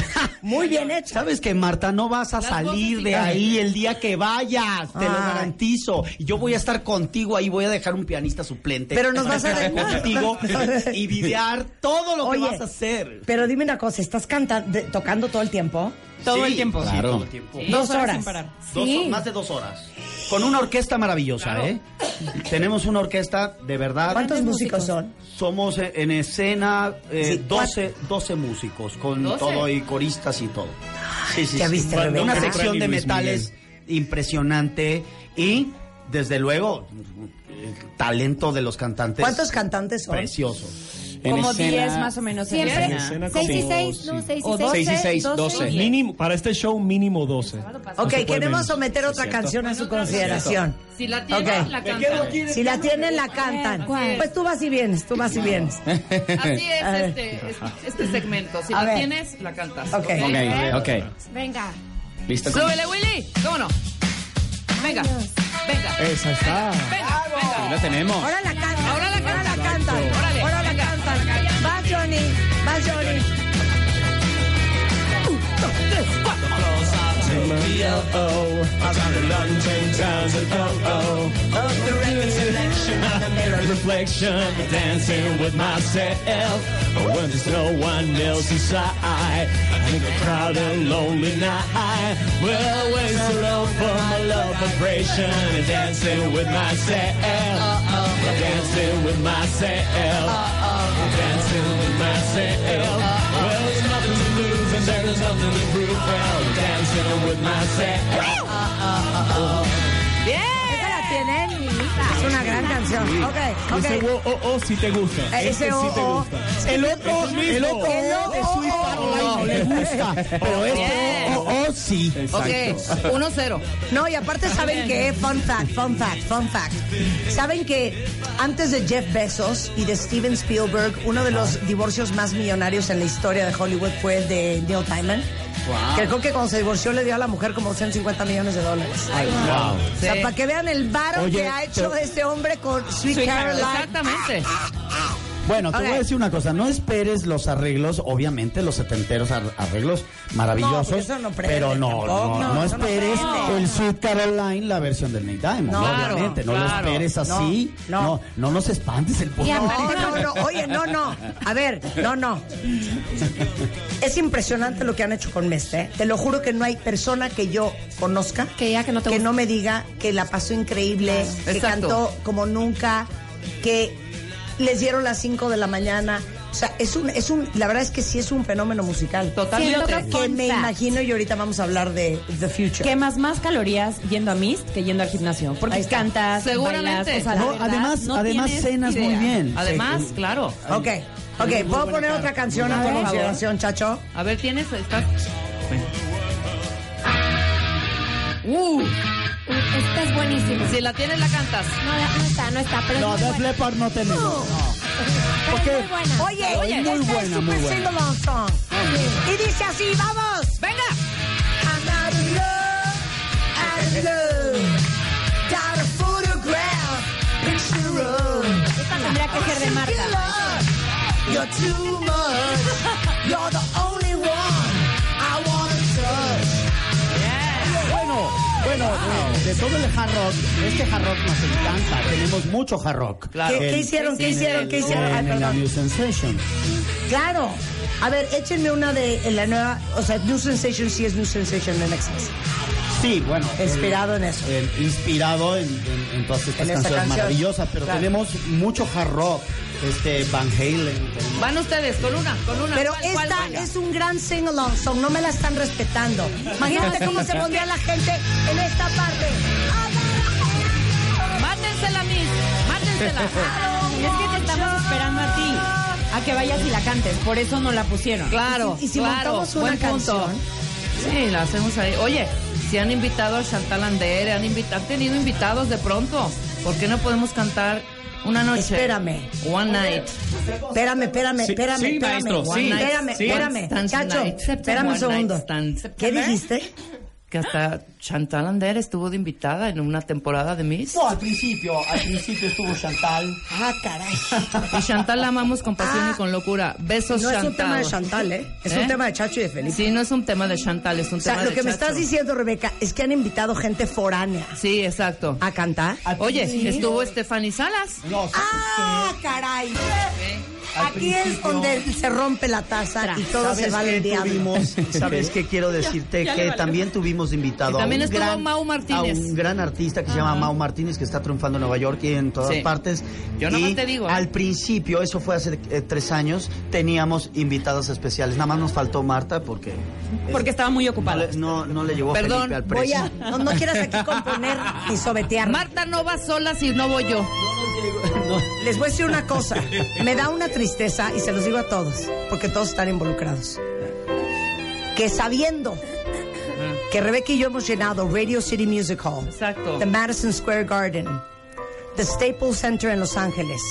E: Muy bien hecho.
H: ¿eh? Sabes que Marta no vas a salir de ahí el día que vayas, te lo
E: Ay.
H: garantizo. Y Yo voy a estar contigo ahí, voy a dejar un pianista suplente.
E: Pero nos
H: para
E: vas a
H: estar
E: dejar.
H: contigo y videar todo lo
E: Oye.
H: que vas a hacer.
E: Pero dime una cosa, ¿estás cantando, tocando todo el tiempo?
H: Todo
J: el tiempo.
H: claro. todo el tiempo.
E: Dos horas.
H: Dos-
I: Sí.
H: más de dos horas. Con una orquesta maravillosa, ¿eh? Tenemos una orquesta de verdad.
E: ¿Cuántos músicos son?
H: Somos eh, en escena eh,
E: Sí,
H: 12, 12 músicos, con
F: 12.
H: todo y coristas y todo. Sí, sí,
E: ya viste, Rebeca.
H: Una
E: Yo
H: sección de
K: creo que Luis
H: metales impresionante y, desde luego, el talento de los cantantes.
E: ¿Cuántos cantantes son?
H: Precioso.
J: Como 10 más o menos. en
I: Siempre.
J: escena.
K: escena
I: 6 y
K: como-
I: 6, no, 6
J: O
I: y 6.
J: 12,
I: 6
J: 6, 12.
K: Mínimo, para este show mínimo 12. No
E: Ok,
K: se puede
E: queremos
K: menos.
E: someter otra
K: ¿Es cierto?
E: canción a su consideración.
F: Si la tiene,
E: Ok.
F: la canta.
E: Si la tienen, la cantan.
I: ¿Cuál?
E: Pues tú vas y vienes, tú vas y vienes.
F: Así es
E: A ver.
F: este, este- este segmento. Si
E: A
F: la
E: ver.
F: tienes, la cantas.
E: Ok.
L: Ok,
I: Venga.
L: listo.
F: Súbele, Willy. ¿Cómo no? Venga. Venga.
K: Esa está.
F: Venga. Venga.
L: Ahí la tenemos.
E: Ahora la
F: Ahora
E: cantan.
F: la
E: Ahora la
F: cantan.
E: cantan.
F: Órale.
E: Ahora la
F: Venga.
E: cantan. Va Johnny, va Johnny.
K: Reflection, dancing with myself. When there's no one else inside, I think a proud and lonely night. Well, ways to love for my love vibration. Dancing with myself. Dancing with myself. Dancing with myself. Well, there's nothing to lose and there's nothing to prove. Well, dancing with myself.
F: Bien.
E: Esa la tienen, Es una gran canción. Ok,
K: Ese
E: ok.
K: oh, oh, oh, si te gusta.
E: Ese
K: Este sí te
E: oh, oh.
K: gusta.
H: El otro, el otro
E: El otro,
H: de Sweet
E: oh,
H: Caroline
E: oh,
H: no le gusta, pero este
F: Bien.
H: oh, oh, sí.
F: Ok, 1-0.
E: No, y aparte saben que, eh, fun fact, fun fact, fun fact. Saben que antes de Jeff Bezos y de Steven Spielberg, uno de los divorcios más millonarios en la historia de Hollywood fue el de Neil Diamond. Que creo que cuando se divorció le dio a la mujer como 150 millones de dólares. O sea,
F: Sí.
E: para que vean el varo
H: Oye,
E: que ha hecho
H: pero-
E: este hombre con Sweet, Caroline.
F: Exactamente.
H: Bueno, te
E: Ok.
H: voy a decir una cosa, no esperes los arreglos, obviamente los setenteros ar- arreglos
E: No,
H: maravillosos,
E: porque eso no prende
H: pero no,
E: tampoco,
H: no,
E: no,
H: no
E: eso no
H: esperes
E: prende.
H: el Sweet Caroline, la versión del Nate Diamond,
E: No,
F: claro,
H: obviamente, no
F: claro.
H: lo esperes así,
E: No,
H: no,
E: no.
H: no, nos espantes el pueblo.
I: Y a-
E: No, no, no, oye, no, no. A ver, no, no. Es impresionante lo que han hecho con Mestre. ¿eh? Te lo juro que no hay persona que yo conozca
I: Que diga que no te gusta.
E: me diga que la pasó increíble, que
F: Exacto.
E: cantó como nunca, que les dieron las 5 de la mañana. O sea, es un, es un, la verdad es que sí es un fenómeno musical.
F: Totalmente.
E: Que me imagino y ahorita vamos a hablar de The Future.
J: Quemas más calorías yendo a Mist que yendo al gimnasio.
E: Ahí
J: Porque
E: está.
J: cantas,
F: Seguramente.
J: bailas, o sea, la
H: No,
J: verdad,
H: además,
J: no
H: además
J: tienes
H: cenas muy
J: idea.
H: bien.
F: Además,
H: Sí.
F: claro.
E: Ok, ok,
H: Muy
E: ¿puedo
H: buena
E: poner
H: cara.
E: otra canción a tu
J: Por favor.
E: consideración, chacho?
F: A ver, tienes, estás. Uh,
I: Esta Este es buenísima.
F: si la tienes, la cantas.
I: No, no está, no está. Pero
H: No,
I: es muy
H: Def
I: buena.
H: Leppard no tenemos.
I: Pero es muy buena.
E: Oye,
H: Oye,
E: esta
H: muy
E: es
H: buena, muy
E: super
H: buena.
E: sing-along song. Y dice así, vamos.
F: Venga.
E: I'm out of love, out of love. Got a photograph, picture of.
J: Esta tendría que ser de Marta.
E: You're too much. You're the only
H: de todo el hard rock, este hard rock nos encanta. Tenemos mucho hard rock.
E: Claro. ¿Qué- qué hicieron? ¿Qué hicieron? ¿Qué hicieron? Ay,
H: En el
E: perdón.
H: New Sensation.
E: Claro. A ver, échenme una de en la nueva, o sea, New Sensation sí es New Sensation en Excess.
H: Sí, bueno.
E: Inspirado
H: en eso. inspirado en, en- en todas estas
E: En esa
H: canciones
E: canción.
H: maravillosas, pero
E: Claro.
H: tenemos mucho hard rock. Este, Van Halen. tenemos-
F: Van ustedes con una, con una.
E: Pero
F: ¿Cuál, cuál,
E: esta
F: venga?
E: es un gran sing-along song, no me la están respetando. Imagínate cómo se pondría la gente en esta parte.
F: Mátensela, Miss. Mátensela. Ah,
J: Es que te estamos esperando a ti, a que vayas y la cantes. Por eso no la pusieron.
F: Claro,
J: Y si, y si
F: claro,
J: montamos una
F: buen punto.
J: canción,
F: Sí, la hacemos ahí. Oye, si han invitado a Chantal Andere, han, invita- han tenido invitados de pronto. ¿Por qué no podemos cantar una noche?
E: Espérame.
F: One night.
E: Espérame, espérame,
F: Sí,
E: espérame,
F: sí,
E: espérame.
F: maestro,
E: One
F: sí,
E: night, espérame,
F: sí.
E: espérame.
F: Dance
E: Chacho,
F: night.
E: espérame un
F: One night
E: segundo.
F: stand.
E: ¿Qué dijiste?
F: Que hasta Chantal Andere estuvo de invitada en una temporada de Miss.
H: No, al principio, al principio estuvo Chantal.
E: Ah, caray.
F: Y Chantal la amamos con pasión
J: Ah.
F: y con locura. Besos,
E: No es
F: Chantal.
E: un tema de Chantal, ¿eh? Es un tema de Chacho y de Felipe.
F: Sí, no es un tema de Chantal, es un
E: O sea,
F: tema
E: lo
F: de
E: que me
F: Chacho.
E: estás diciendo, Rebeca, es que han invitado gente foránea.
F: Sí, exacto.
E: ¿A cantar?
F: Oye, estuvo Stephanie Salas.
E: ¡Ah, caray! Aquí es donde se rompe la taza y todo Ah, se
H: ¿Sabes
E: va al
H: qué
E: diablo.
H: tuvimos? ¿Sabes qué quiero decirte?
E: Ya, ya le
H: que
E: valió.
H: también tuvimos de invitado
F: Y también
H: a un
F: estuvo
H: gran,
F: Mau Martínez.
H: a un gran artista que se llama Mau Martínez que está triunfando en Nueva York y en todas
F: Sí.
H: partes.
F: Yo
H: y
F: nomás te digo, ¿eh?
H: Al principio, eso fue hace eh, tres años, teníamos invitados especiales. Nada más nos faltó Marta porque
J: porque estaba muy ocupada.
H: no, no le llevó
J: Perdón,
H: Felipe al precio.
E: Voy a, no, no quieras aquí componer y sobetear.
F: Marta no va sola si no voy yo.
E: Les voy a decir una cosa. Me da una tristeza y se los digo a todos, porque todos están involucrados. Que sabiendo que Rebeca y yo hemos llenado Radio City Music Hall,
F: Exacto.
E: the Madison Square Garden, the Staples Center en Los Ángeles.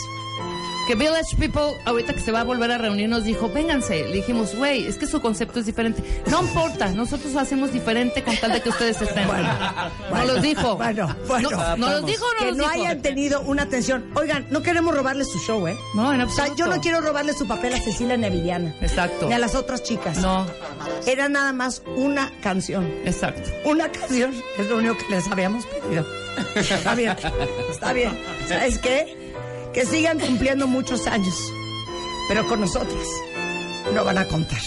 F: Que Village People, ahorita que se va a volver a reunir, nos dijo, vénganse. Le dijimos, güey, es que su concepto es diferente. No importa, nosotros lo hacemos diferente con tal de que ustedes estén.
E: Bueno,
F: nos los dijo.
E: Bueno, bueno.
F: No, nos los dijo,
E: Que
F: nos los
E: no
F: dijo.
E: hayan tenido una atención. Oigan, no queremos robarle su show, ¿eh?
F: No, en
E: O sea, yo
F: absoluto.
E: no quiero robarle su papel a Cecilia Nevillana.
F: Exacto.
E: Ni a las otras chicas.
F: No.
E: Era nada más una canción.
F: Exacto.
E: Una canción es lo único que les habíamos pedido. Está bien, está bien. ¿Sabes qué? Que sigan cumpliendo muchos años, pero con nosotras no van a contar.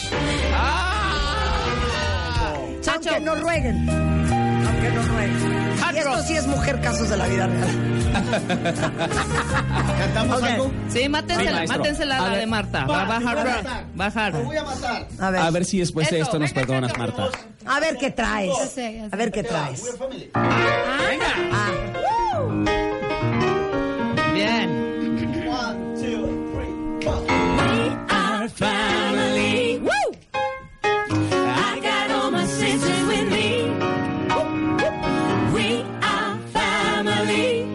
E: Aunque no rueguen, aunque no rueguen. Y esto sí es mujer casos de la vida real.
H: ¿Cantamos
E: Ok.
H: algo?
F: Sí, mátensela,
L: maestro.
F: mátensela
L: A
F: la
L: ver.
F: de Marta. Va a
L: Marta,
F: bajar,
L: te voy a
F: va-
L: matar.
F: bajar.
E: A ver.
L: A ver si después de
E: Eso,
L: esto nos
E: venga,
L: perdonas, Marta.
E: A ver qué traes. A ver qué traes.
F: Bien.
B: Our family. Woo! I got all my sisters with me. We are family.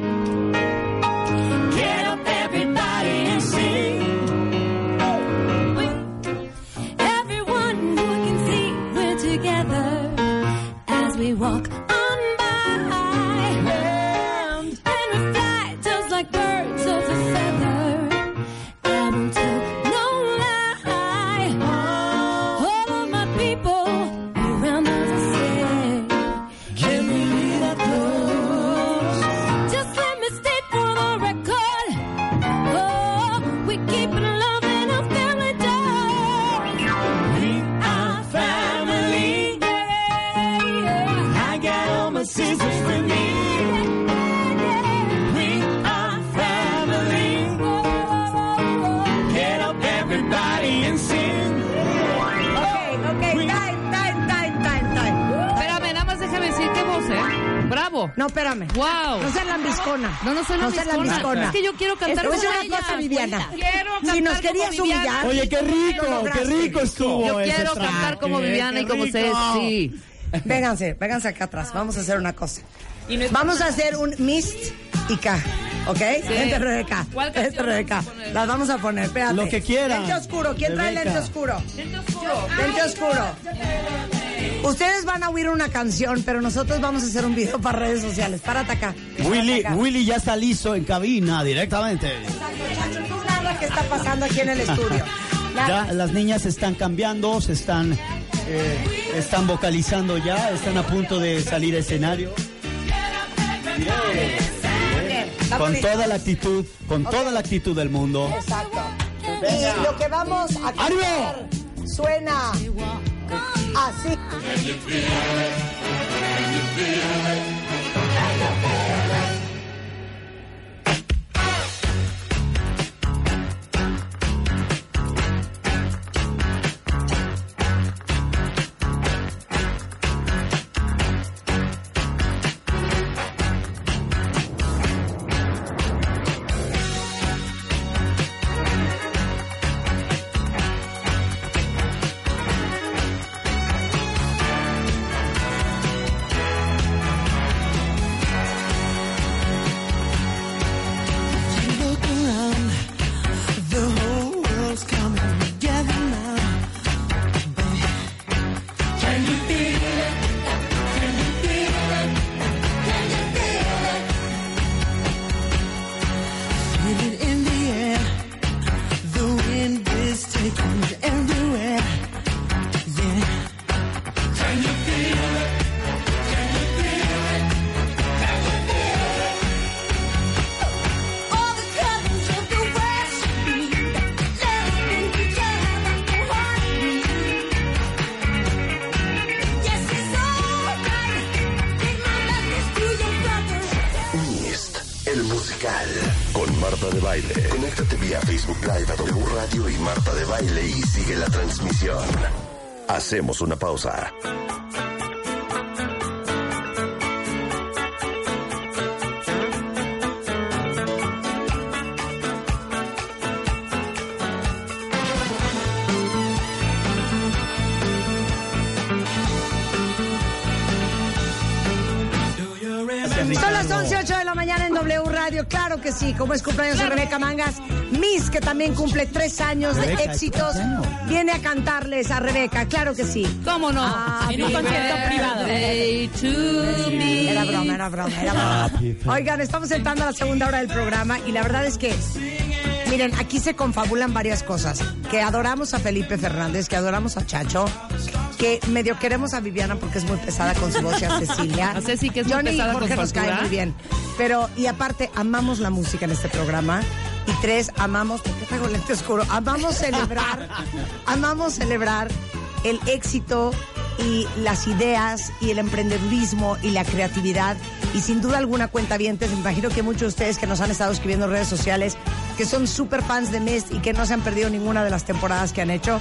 B: Get up, everybody, and sing.
M: Everyone who can see we're together as we walk on by. And we fly just like birds of a feather. I won't tell no lie. All of my people around us say, Give me that close. Just let me state for the record. Oh, we keep it love and our family does. We are
B: family. I got all my sisters with me. We are family. Get up, everybody, and sing.
E: Ok, ok, time, time, time, time, time.
F: Espérame, nada más déjame decir qué voz, ¿eh? Bravo.
E: No, espérame.
F: Wow.
E: No seas lambiscona.
F: No, no soy
E: No seas
F: lambiscona.
E: lambiscona.
F: Es que yo quiero cantar
E: Te voy
F: como
E: a decir una
F: ella.
E: cosa, Viviana.
F: Quiero cantar
E: Si nos
F: como
E: querías
F: Viviana.
E: humillar.
L: Oye, qué rico, qué rico estuvo.
F: Yo
L: ese
F: quiero
L: track,
F: cantar como
L: ¿eh?
F: Viviana y
L: Qué
F: como
L: rico.
F: Ceci.
E: Vénganse, vénganse acá atrás. Vamos a hacer una cosa. Vamos a hacer un mist y K. ¿Ok? Vente, Rebeca. Vente, Rebeca. Las vamos a poner. Espérate.
H: Lo que quieran.
E: Lente oscuro. ¿Quién trae
H: Rebeca.
E: lente oscuro? Lente oscuro. Ustedes van a oír una canción, pero nosotros vamos a hacer un video para redes sociales. Párate acá.
H: Willy, Willy ya está listo en cabina directamente.
E: Chacho, tú narra qué está pasando aquí en el estudio.
H: Ya las niñas están cambiando, se están, eh, están vocalizando ya, están a punto de salir a escenario. Con toda la actitud, con toda la actitud del mundo.
E: Exacto.
H: Venga.
E: Y lo que vamos a
H: ¡Ánimo!
E: cantar suena así.
B: You look around, the whole world's coming together now. Baby, Can you feel it? Can you feel it? Can you feel it? Feel it in the air. The wind is taking you everywhere. Yeah. Can you feel it? Can you feel it? Can you feel it? All the colors of the world should be living together like a heartbeat. Yes, it's alright. Take my message to your brother.
C: Mist, el musical. Con Marta de Baile. Conéctate vía Facebook Live a W Radio y Marta de Baile y sigue la transmisión. Hacemos una pausa.
E: Son las 11.08 de la mañana en W Radio. Claro que sí. Como es cumpleaños de Rebeca Mangas, Miss, que también cumple tres años de
F: Rebeca,
E: éxitos, viene a cantarles a Rebeca. Claro que sí. ¿Cómo no?
F: En un concierto privado.
E: Era broma, era broma, era broma. Oigan, estamos entrando a la segunda hora del programa y la verdad es que, miren, aquí se confabulan varias cosas. Que adoramos a Felipe Fernández, que adoramos a Chacho, que medio queremos a Viviana porque es muy pesada con su voz y a Cecilia.
F: A Ceci, que es muy
E: Johnny y
F: pesada con
E: Jorge
F: su
E: nos caen
F: altura.
E: muy bien. Pero, y aparte, amamos la música en este programa. Y tres, amamos, ¿por qué traigo lente oscuro? Amamos celebrar, amamos celebrar el éxito y las ideas y el emprendedurismo y la creatividad. Y sin duda alguna, cuentavientes, me imagino que muchos de ustedes que nos han estado escribiendo en redes sociales, que son súper fans de Mist y que no se han perdido ninguna de las temporadas que han hecho,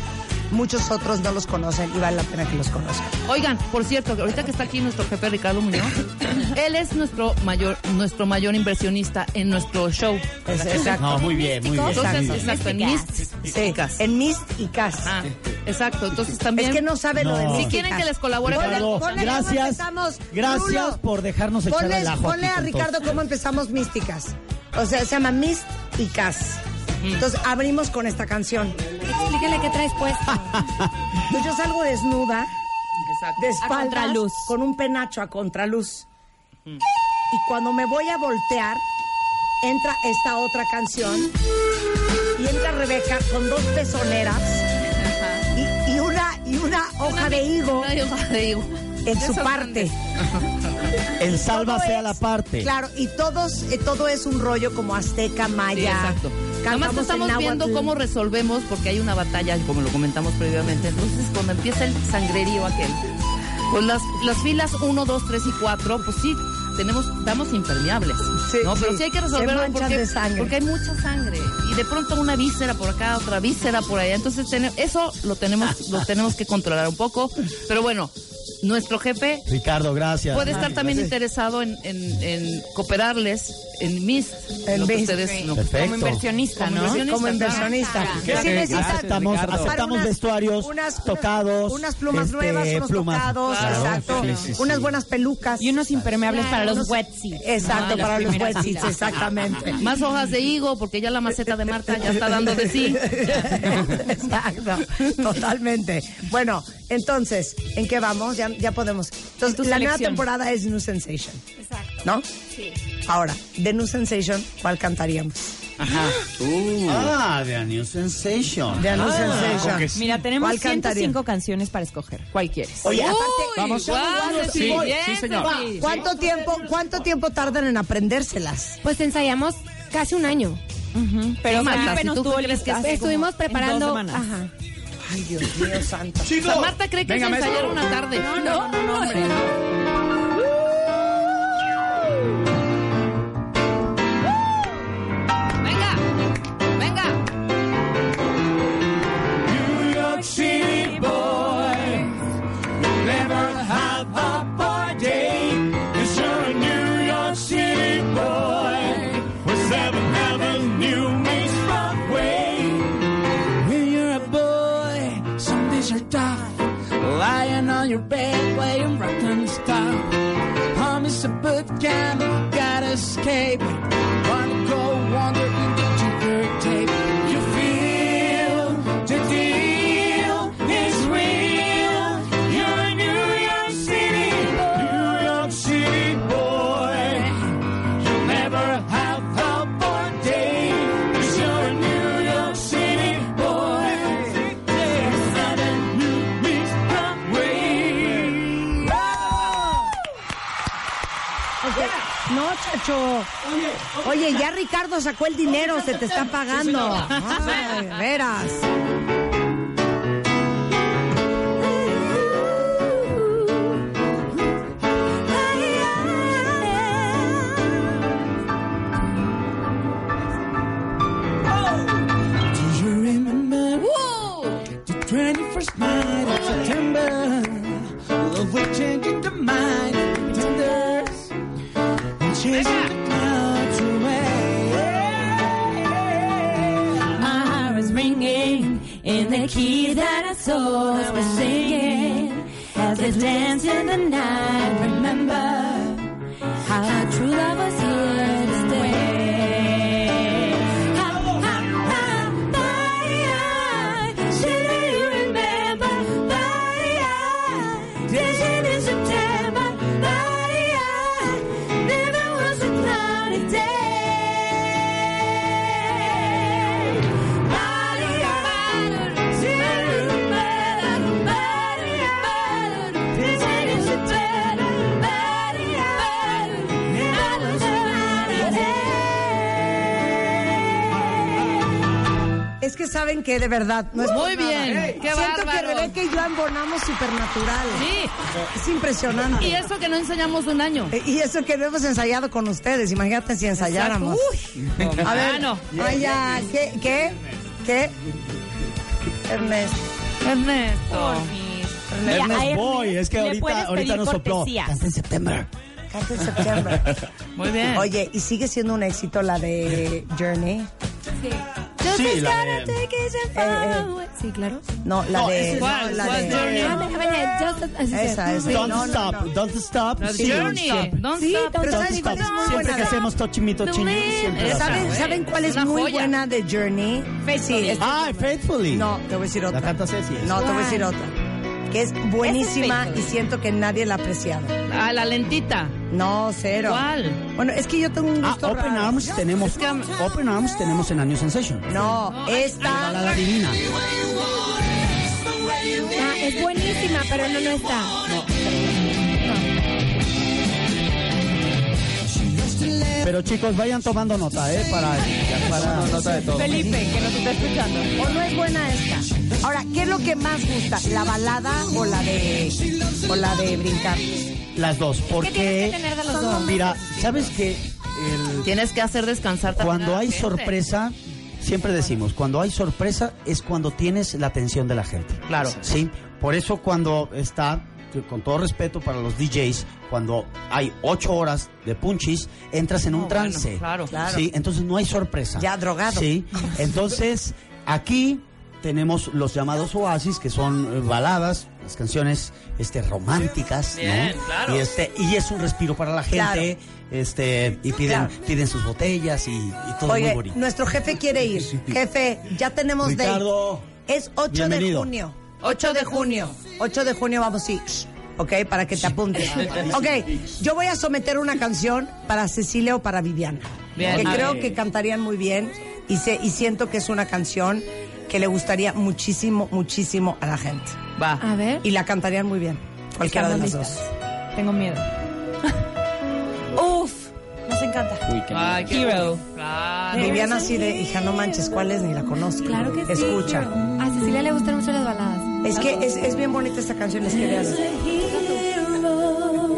E: muchos otros no los conocen y vale la pena que los conozcan.
F: Oigan, por cierto, ahorita que está aquí nuestro jefe Ricardo Muñoz, él es nuestro mayor, nuestro mayor inversionista en nuestro show.
E: exacto.
H: No, muy bien, muy bien.
F: Entonces,
H: Exacto.
F: exacto, en Mist y Cas.
E: En Mist y Cas.
F: exacto, entonces también.
E: Es que no sabe lo de
H: No.
E: Mist.
F: Si quieren que les colabore,
H: Ricardo,
E: ponle cómo
H: gracias,
E: empezamos,
H: gracias
E: Rulo.
H: por dejarnos echar
E: Ponle,
H: el ajo.
E: ponle
H: aquí
E: a
H: con
E: Ricardo
H: todos.
E: cómo empezamos Místicas. O sea, se llama Mist y Cas. Entonces abrimos con esta canción. Explíquenle Mm. qué traes puesta. yo salgo desnuda, de espaldas, con un penacho a contraluz. Mm. Y cuando me voy a voltear, entra esta otra canción. Y entra Rebeca con dos pezoneras y, y una, y una hoja de higo en su parte.
H: El salva
E: Todo
H: sea
E: es-
H: la parte.
E: Claro, y todos, eh, todo es un rollo como azteca, maya.
F: Sí, exacto. Además
E: Cantamos en
F: estamos
E: náhuatl.
F: viendo cómo resolvemos, porque hay una batalla, como lo comentamos previamente. Entonces, cuando empieza el sangrerío aquel, pues las, las filas 1, 2, 3 y 4, pues sí, tenemos, damos impermeables. ¿no? Pero
E: sí.
F: sí hay que
E: Se
F: resolverlo
E: manchan
F: porque,
E: de sangre.
F: porque hay mucha sangre. Y de pronto una víscera por acá, otra víscera por allá. Entonces, tene- eso lo tenemos, lo tenemos que controlar un poco. Pero bueno, nuestro jefe
H: Ricardo, gracias.
F: Puede estar también
H: Gracias.
F: interesado en, en- en cooperarles en MIS,
H: En
F: lo que
H: Mist.
F: ustedes lo-
H: Perfecto. Como inversionista,
F: Como
H: ¿no?
F: inversionista,
E: Como
F: claro.
E: inversionista.
H: Que
E: si
H: sí,
E: necesitan
H: aceptamos-
E: pasar
H: aceptamos
E: unas-
H: vestuarios, tocados,
E: Unas plumas
H: este,
E: nuevas, unos
H: plumas.
E: tocados,
H: Claro,
E: exacto.
H: sí, sí, sí.
E: Unas buenas pelucas. Y
J: unos impermeables para los
E: wetsuits. Exacto,
F: Ah, las
E: para los
F: primeras
E: wetsuits,
F: filas.
E: exactamente.
F: Más hojas de higo, porque ya la maceta de Marta ya está dando de sí.
E: Exacto, totalmente. Bueno, entonces, ¿en qué vamos? Ya, ya podemos. Entonces,
J: tu
E: la nueva
J: selección.
E: temporada es New Sensation,
J: Exacto.
E: ¿no?
J: Sí.
E: Ahora, de New Sensation, ¿cuál cantaríamos?
H: Ajá. Ah, The New Sensation.
N: The New
H: Ah,
N: Sensation.
H: con que sí.
N: Mira, tenemos
H: ¿Cuál
N: 105
H: cantaría?
N: canciones para escoger. ¿Cuál quieres?
E: Oye, aparte,
N: vamos
E: Sí, Va, ¿Cuánto tiempo, cuánto tiempo tardan en aprendérselas?
G: Pues ensayamos casi un año.
E: Pero,
G: O sea,
E: Marta, si tú
G: estuvo-
E: crees que hace
G: estuvimos
E: como en
G: preparando.
E: dos semanas.
G: Ajá.
E: Ay, Dios mío, santo.
G: Chico.
F: O sea, Marta cree que
G: Venga,
F: es
G: maestro.
F: ensayar una tarde. No, no, no, hombre. Venga, venga.
K: New York City boys never have a party. Cause you're a New York City boy. We're Seventh Avenue meets Broadway.
M: When you're a boy, some days are tough. Lying on your bed, playing rock and stuff. Home is a boot camp, gotta escape. Wanna go wander in the ticker tape. You feel the deal is real. You're a New York City boy. New York City boy. You'll never have a bored day. Cause you're a New York City boy. There's not a new meets Broadway.
E: No, chacho. Oye, ya Ricardo sacó el dinero, se te está pagando. Ay, de veras.
M: Do you remember the 21st night of September? Love will change the mind of pretenders and chasing the clouds away.
J: My heart was ringing in the key that our souls were singing. As they danced in the night, remember how our true love was here to stay. How, how, how, body I, should you remember? Body I, dancing in September. Body I, never was a cloudy day.
E: Es que saben que de verdad no es por
F: Muy
E: nada.
F: bien,
E: Ey,
F: qué
E: Siento
F: bárbaro.
E: que Rebeca y yo embonamos supernatural. Sí. Es impresionante.
F: Y eso que no ensayamos de un año.
E: Eh, Y eso que no hemos ensayado con ustedes. Imagínate si ensayáramos.
F: Uy.
E: A ver,
F: Ah, no.
E: ay, ya, ¿qué? ¿Qué? ¿Qué? Ernesto.
F: Ernesto.
E: Mira, a Ernest
O: Boy, es que
E: le
O: ahorita,
E: puedes
O: ahorita
E: pedir
O: nos sopló.
E: cortesías.
O: Canta en septiembre.
E: Canta en septiembre.
F: Muy bien.
E: Oye, ¿y sigue siendo un éxito la de Journey?
O: Sí, la de-
G: Sí, claro.
E: No, la
O: No,
E: de...
O: ese es-
E: no, la
O: ¿cuál
E: de-
O: Journey?
G: Ah, venga, venga, just- así se-
E: Esa, esa.
O: Don't
E: No, no,
O: stop,
E: no.
O: don't stop.
E: No,
O: sí,
E: Journey, don't
O: Sí,
E: stop. Pero ¿sabes cuál es muy
O: Siempre
E: buena?
O: que hacemos Touch Me, Touch Me, siempre. la
E: ¿Saben,
O: cantamos.
E: ¿Saben cuál es,
O: una
E: muy
O: joya.
E: buena de Journey? Faithfully.
O: Ah, Faithfully.
E: No, te voy a decir otra.
O: La canta Ceci.
E: No, te voy a decir otra. Que es buenísima y siento que nadie la ha apreciado.
F: A la lentita.
E: No, cero.
F: ¿Cuál?
E: Bueno, es que yo tengo un gusto
H: Ah, Open
E: raro.
H: Arms tenemos. Open Arms tenemos en A New Sensation.
E: No, esta...
H: La divina.
G: Ah, es buenísima, pero no, no está.
H: Pero chicos, vayan tomando nota, ¿eh? Para. para nota de todo.
E: que nos está escuchando. O no es buena esta. Ahora, ¿qué es lo que más gusta? ¿La balada o la de o la de brincar?
H: Las dos, porque.
E: tienes que tener de los dos?
H: Mira, ¿sabes qué?
F: Tienes que hacer descansar también a
H: Cuando
F: la
H: hay
F: gente.
H: sorpresa, siempre decimos, cuando hay sorpresa es cuando tienes la atención de la gente.
F: Claro.
H: Sí, por eso cuando está, con todo respeto para los DJs, cuando hay ocho horas de punchis, entras en un
F: No, bueno,
H: trance.
F: claro. Claro.
H: Sí, entonces no hay sorpresa.
E: Ya drogado.
H: Sí, entonces aquí tenemos los llamados oasis, que son eh, baladas, las canciones este, románticas, ¿no?
O: Bien, claro.
H: Y, este, y es un respiro para la gente, este, y piden,
E: Claro.
H: piden sus botellas y, y todo muy
E: Oye,
H: bonito.
E: nuestro jefe quiere ir. Jefe, ya tenemos date.
H: Ricardo,
E: Es 8
H: bienvenido.
E: de junio. 8 de junio. 8 de junio vamos a ir. Shh, Ok, para que te apuntes. Ok, yo voy a someter una canción para Cecilia o para Viviana. que creo que cantarían muy bien y, se, y siento que es una canción que le gustaría muchísimo, muchísimo a la gente.
F: Va.
I: A ver.
E: Y la cantarían muy bien, cualquiera de las dos.
J: Tengo miedo. Uf, nos encanta.
F: Ay, qué
E: Hero.
F: Claro.
E: Viviana así de, hija, no manches, ¿cuál es? Ni la conozco.
I: Claro que sí.
E: Escucha.
I: A Cecilia le gustan mucho las baladas.
E: Es que es, es bien bonita esta canción, les quería decir.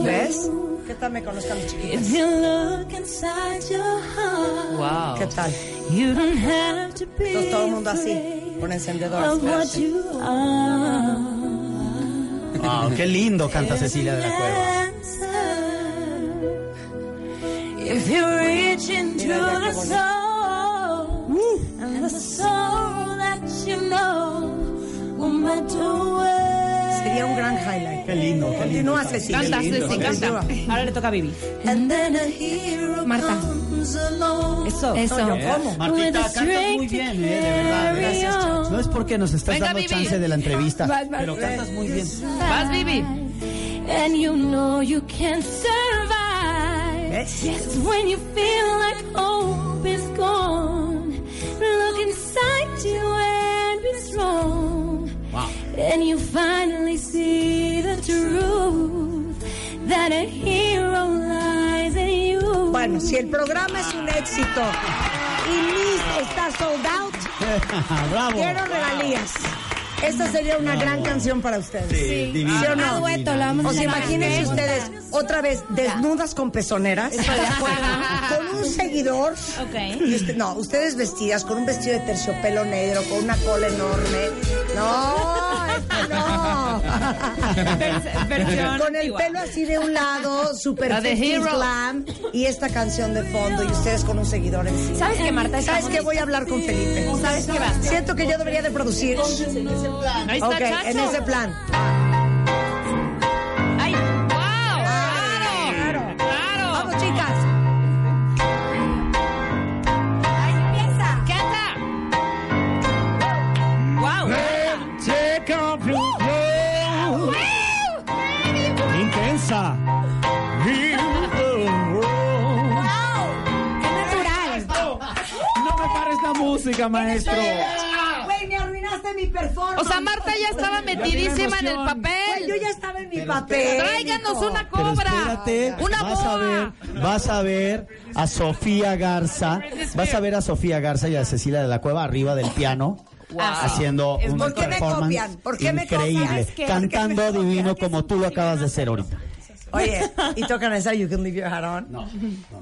E: ¿Ves? ¿Qué tal me conozcan los chiquitos?
B: If you look inside your heart,
E: Wow. ¿Qué tal?
B: you don't have to be
E: Entonces todo el mundo así, con
B: of what
E: encendedores.
B: you are.
H: Wow, Ah, qué lindo canta Cecilia de la Cueva.
B: Answer. If you reach into the soul, and the soul that you know will melt away.
E: Sería un gran highlight.
H: Qué lindo, qué lindo.
E: Continúa, Ceci.
H: Canta, Ceci,
E: Continúa.
J: Ahora le toca a Vivi.
B: And then a hero
J: Marta.
B: comes along.
J: Eso.
H: Eso.
B: ¿Cómo?
H: Martita,
B: With a
H: cantas
B: strength
H: muy bien,
B: to
H: eh, de verdad.
B: carry
H: Gracias,
B: on.
H: Chacho. No es porque nos estás
B: Venga,
H: dando
B: Vivi.
H: chance de la entrevista,
B: Vas, vas,
H: pero
B: vas.
H: cantas muy bien.
B: Vas, Vivi.
M: And you know you can survive. Yes, when you feel like hope is gone, look inside you and be strong.
B: Wow.
M: And you finally see the truth that a hero lies in you.
E: Bueno, si el programa es un éxito y Liz está sold out,
H: Oh. Bravo.
E: quiero regalías. Esta sería una gran canción para ustedes.
H: Oh. Sí, Sí. divina,
E: o no?
H: Ah, dueto, la vamos a
E: O sea,
H: hacer para
E: imagínense
H: que-
E: ustedes otra vez desnudas con pezoneras, con un seguidor. Y usted- no, ustedes vestidas con un vestido de terciopelo negro, con una cola enorme. No, esta no.
B: versión
E: con el pelo así de un lado, super
F: La de
E: fifties
F: Hero.
E: glam y esta canción de fondo y ustedes con un seguidor encima.
J: ¿Sabes qué, Marta?
E: ¿Sabes qué? Voy a hablar con Felipe.
J: ¿Sabes qué, va?
E: Siento que yo debería de producir.
B: plan.
E: Ok, en ese plan.
B: ¡Ay! ¡Wow! ¡Claro! ¡Claro! ¡Vamos, chicas! ¡Ahí empieza!
K: Wow. Take off your clothes. Intensa.
B: ¡Qué
K: No me pares la música, maestro.
E: Güey, me arruinaste mi performance.
F: O sea, Marta ya estaba metidísima en el papel.
E: Güey, yo ya estaba en mi
F: Pero
E: papel.
F: espérate. Tráiganos una
H: Pero
F: cobra.
H: espérate,
F: Una
H: vas
F: boa.
H: a ver, vas a ver a Sofía Garza, vas a ver a Sofía Garza y a Cecilia de la Cueva arriba del piano. Ah,
E: Wow.
H: Haciendo
E: Es-
H: un
E: ¿Por qué me
H: performance
E: copian? ¿Por qué me copian?
H: increíble,
E: ¿Sabes qué?
H: cantando divino como tú lo acabas de hacer ahorita.
E: Oye, ¿y tocan esa You Can Leave Your Hat On? No.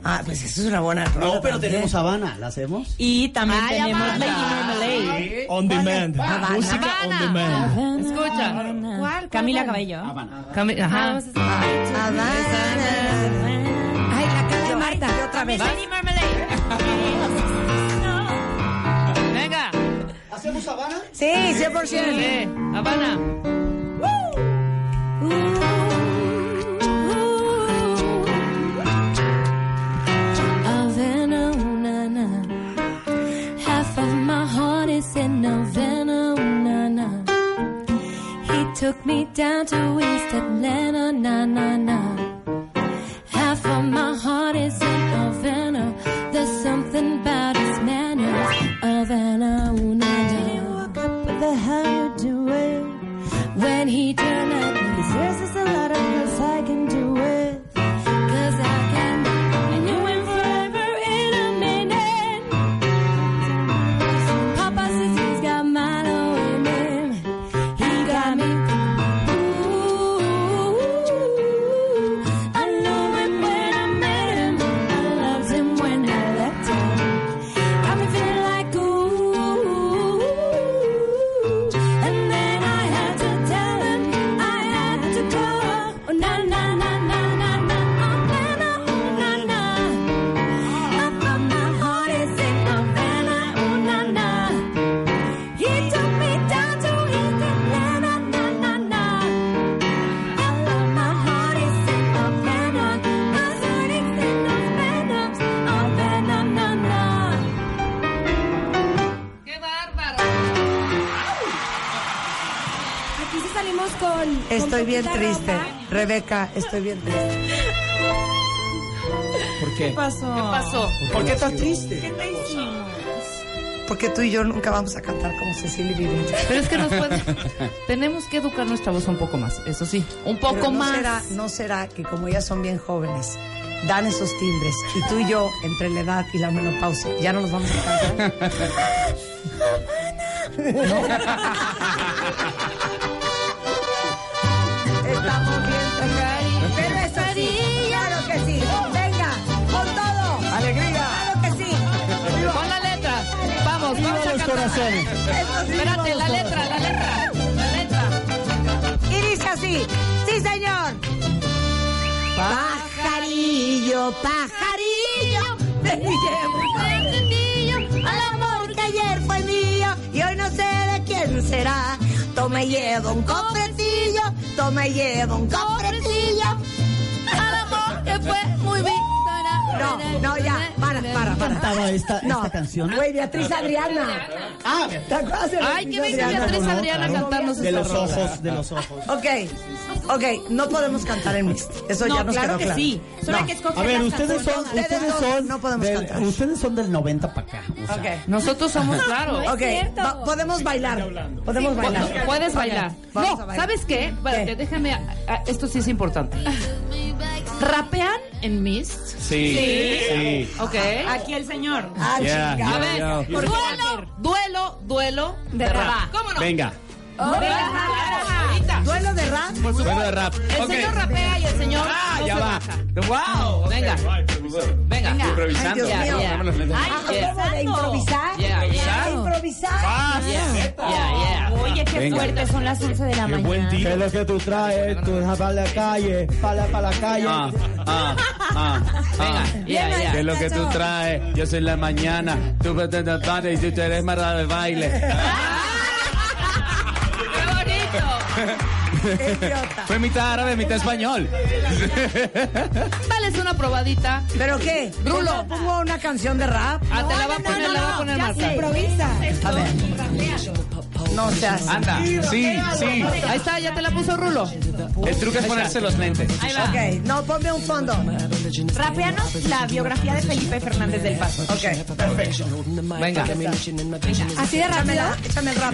E: Ah, pues eso es una buena rola
H: No, pero
E: también.
H: tenemos Habana, ¿la hacemos?
J: Y también
E: Ay,
J: tenemos
E: Habana.
J: Lady Marmalade.
K: On demand.
J: Habana.
K: Música on demand.
F: Escucha.
J: ¿Cuál? Camila Cabello.
F: Cami- Ajá.
I: Ay, la cara de Marta. otra vez.
F: Venga.
H: ¿Hacemos Habana?
E: Sí, 100%.
F: Sí, Habana.
M: Havana, ooh, na, na. Half of my heart is in Havana, ooh, na, na. He took me down to East Atlanta, na na na. Half of my heart is in Havana. There's something about his manners, Havana, ooh, na, na. Walk up with a how you doing? When he turned at me, he says there's a lot of girls I can do it. Cause I can and you went forever in a minute. Papa says he's got Milo in him. He got me. Ooh, I knew him when I met him. I loved him when I left him. Got me feeling like ooh. And then I had to tell him I had to go. Oh na na na na na na. Oh, Havana, oh, na, na. I found my heart is in Havana, oh, na, na. He took me down to East Atlanta, na, na, na. I love my heart is in Havana. My heart is in Havana, Havana, na, na.
F: ¡Qué bárbaro!
I: Aquí sí salimos con.
E: Estoy bien
I: poquita
E: triste.
I: ropa.
E: Rebeca, estoy bien triste.
H: ¿Por ¿Qué?
J: pasó?
F: ¿Qué pasó?
H: ¿Por qué tan triste?
F: ¿Qué te hicimos?
E: Porque tú y yo nunca vamos a cantar como Cecilia Vivendi.
F: Pero es que nos puede- Tenemos que educar nuestra voz un poco más, eso sí. Un poco
E: Pero no
F: más.
E: Será, ¿No será que como ellas son bien jóvenes, dan esos timbres y tú y yo, entre la edad y la menopausia, ya no nos vamos a cantar? Estamos bien, Tocari. Pero es así, claro que sí. Venga, con todo. Alegría. Claro que sí.
F: Pon la letra. Vamos,
B: Viva
F: vamos a
B: los
F: cantar.
B: corazones.
F: Espérate, la letra, la letra, la letra.
E: Y dice así, sí señor. Pajarillo, pajarillo, me llevo un al amor que ayer fue mío y hoy no sé de quién será. Tome llevo un cofrecillo, tome llevo un cofrecillo.
M: que fue muy
E: No, no, ya, para, para, para.
H: Cantaba esta, esta canción.
E: Güey, Beatriz Adriana. Ah, ¿te acuerdas de
F: Ay, que venga Beatriz Adriana a cantarnos
H: De
F: esa
H: los
F: rola.
H: ojos, de los ojos.
E: Ok, ok, no podemos cantar en mixto. Eso
J: No,
E: ya nos
J: claro
E: quedó
J: que
E: claro.
J: sí. Solo hay que escoger
H: A ver,
J: las
H: ustedes son,
J: canciones.
H: ustedes
E: no-
H: son,
E: no podemos
H: del,
E: cantar.
H: ustedes son del 90 para acá. o sea,
E: Ok.
F: Nosotros somos ¿eh? claros.
E: Ok, va- podemos bailar. Podemos bailar.
F: Puedes
E: Ok,
F: bailar.
E: vamos
F: no,
E: a bailar.
F: ¿sabes qué? Espérate,
E: ¿Qué?
F: déjame. ah, ah, Esto sí es importante. ¿Rapean en Mist?
K: Sí. Sí.
F: Ok.
J: Aquí el señor.
E: Ah,
K: Yeah,
E: chinga.
K: yeah,
F: A ver,
K: yeah.
F: duelo, duelo, duelo de,
J: De
F: rap.
J: rap.
F: ¿Cómo no?
K: Venga.
F: Ahorita.
E: oh, ¿Duelo de rap?
K: Bueno, de rap.
F: El
K: Ok.
F: señor rapea y el señor.
K: Ah,
F: no
K: ya
F: se
K: va.
F: baja.
K: Wow. ok.
F: Venga. Venga.
K: Estoy Improvisando.
E: Ay, Dios mío.
K: Dame las letras.
E: Ah, ¿cómo de improvisar? Ah,
F: Yeah, yeah. Ah,
E: Improvisar.
F: Yeah, yeah.
J: Oye, qué
K: Venga.
J: fuerte, son las 11 de la
K: Qué buen
J: mañana.
K: día.
L: ¿Qué es lo que tú traes? Tú dejas para la calle, para, para la calle.
K: Ah, ah, ah, ah.
F: Yeah, yeah.
K: ¿Qué es lo que tú traes? Yo soy la mañana. Tú pretendes tarde y tú eres marra de baile.
F: ¡Qué bonito!
K: Fue mitad árabe, mitad español.
F: Dales una probadita.
E: ¿Pero qué?
F: Rulo.
E: ¿Cómo ¿Pongo una canción de rap?
F: Ah, te la va a poner, la va a poner Marta.
E: A ver. No seas.
K: Anda. Sí, sí.
F: Ahí está, ya te la puso Rulo.
K: El truco es ponerse los lentes.
E: Ok, no, ponme un fondo.
J: Rapeanos, la biografía de Felipe Fernández del Paso.
E: Ok, perfecto.
F: Venga.
E: ¿Así de rápido? Échame el rap.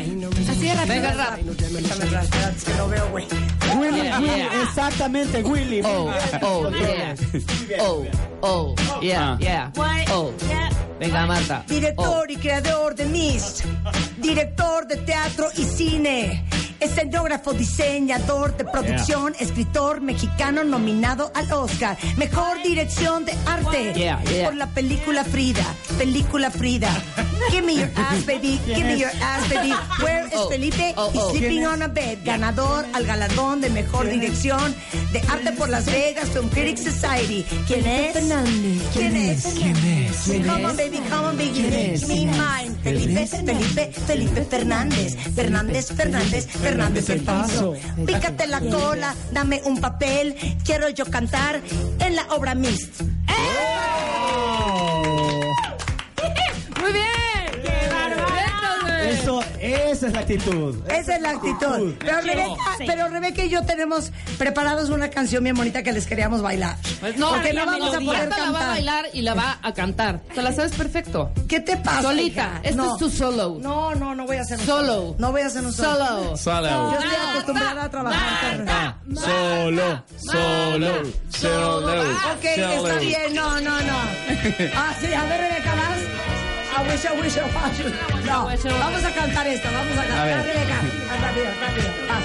J: Así de rápido.
F: Venga, el rap.
E: Échame el rap. espérate, Es que no veo, güey.
L: Willy,
F: Yeah,
L: Willy,
F: yeah.
L: exactamente, Willy.
F: Oh, oh, yeah. Oh, oh, yeah,
K: Ah.
F: yeah. Oh. Venga, Marta.
E: Director y creador de Mist, director de teatro y cine, escenógrafo, diseñador de producción, escritor mexicano nominado al Oscar, mejor dirección de arte
F: Yeah, yeah.
E: por la película Frida, película Frida. Give me your ass, baby. Give me your ass, baby. Where is
F: Oh,
E: Felipe?
F: oh,
E: He's
F: oh.
E: sleeping on a bed. Ganador al galardón de mejor dirección de arte por Las Vegas Film Critics Society. ¿Quién es? ¿Quién es? Come on, baby, come on, baby. Give me mine. Felipe, Felipe, Felipe Fernández. Fernández, Fernández, Fernández el paso. Pícate la cola, dame un papel. Quiero yo cantar en la obra Mist.
F: Muy bien. ¡Qué bárbaro!
L: Eso, esa es la actitud.
E: Esa es la actitud. Pero Rebeca, pero Rebeca y yo tenemos preparados una canción bien bonita que les queríamos bailar.
F: Pues no,
E: porque
F: la
E: no vamos a
F: melodía.
E: poder
F: Marta la va a
E: cantar.
F: bailar y la va a cantar. Te la sabes perfecto.
E: ¿Qué te pasa?
F: Solita.
E: hija?
F: Este
E: Ah, No.
F: es tu solo.
E: No, no, no voy a hacer un solo.
F: Solo.
E: No voy a hacer un solo.
F: Solo.
K: Solo.
E: Yo estoy acostumbrada a trabajar. con-
K: Ah, Solo, solo, solo.
E: Ok, está
K: solo.
E: bien, no, no, no. Ah, sí, a ver, Rebeca, vas. I wish, I wish, I was you. No, vamos a cantar esta, vamos a cantar,
K: ver.
E: Rebeca. Ah, Rápido, rápido, vas.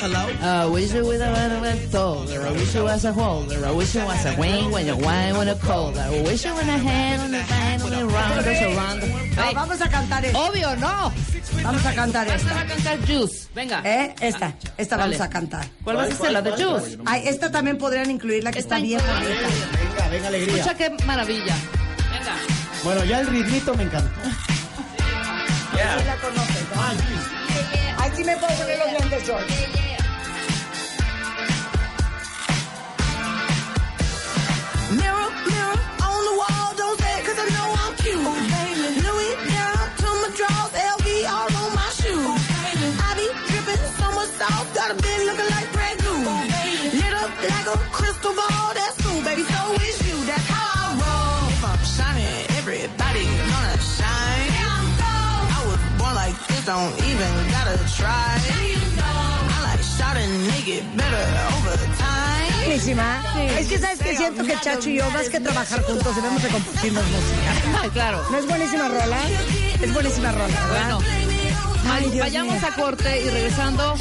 F: I wish you was a man when I'm taller. I wish you was a holder. I wish you was a wing when you're wine when you're cold. I wish you when I hand on the hand when you're round when you're round.
E: No, vamos a cantar esta,
F: Obvio, no.
E: vamos a cantar
F: Esta va
E: esta.
F: a cantar Juice. Venga.
E: ¿Eh? Esta, esta
F: Dale.
E: vamos a cantar.
F: ¿Cuál vas a hacer? La de Juice.
E: Ay, esta también podrían incluir la que
F: Esta
E: está bien
F: incluye-
E: bonita.
L: Venga, venga, alegría.
F: Escucha qué maravilla. Venga.
L: Bueno, ya el ritmito me encantó.
E: Sí la conoces, ¿no? Ay, sí me puedo poner los lentes, George.
B: Mirror, mirror on the wall, don't say it 'cause I know I'm cute.
E: Oh,
B: Louis down to my drawers, LV all on my shoes.
E: Oh,
B: I be dripping so much sauce, got a bin looking like brand
E: Oh,
B: new. Lit up like a crystal ball, that's cool, baby. So is you, that's how I roll.
M: even gotta try. I like shouting, make it better over time.
E: Buenísima. Es que sabes que siento que Chacho y yo más que trabajar juntos debemos de compartirnos música.
F: Ay, claro.
E: ¿No es buenísima rola? Es buenísima rola, ¿verdad?
F: Bueno. Ay, vayamos a corte y regresando,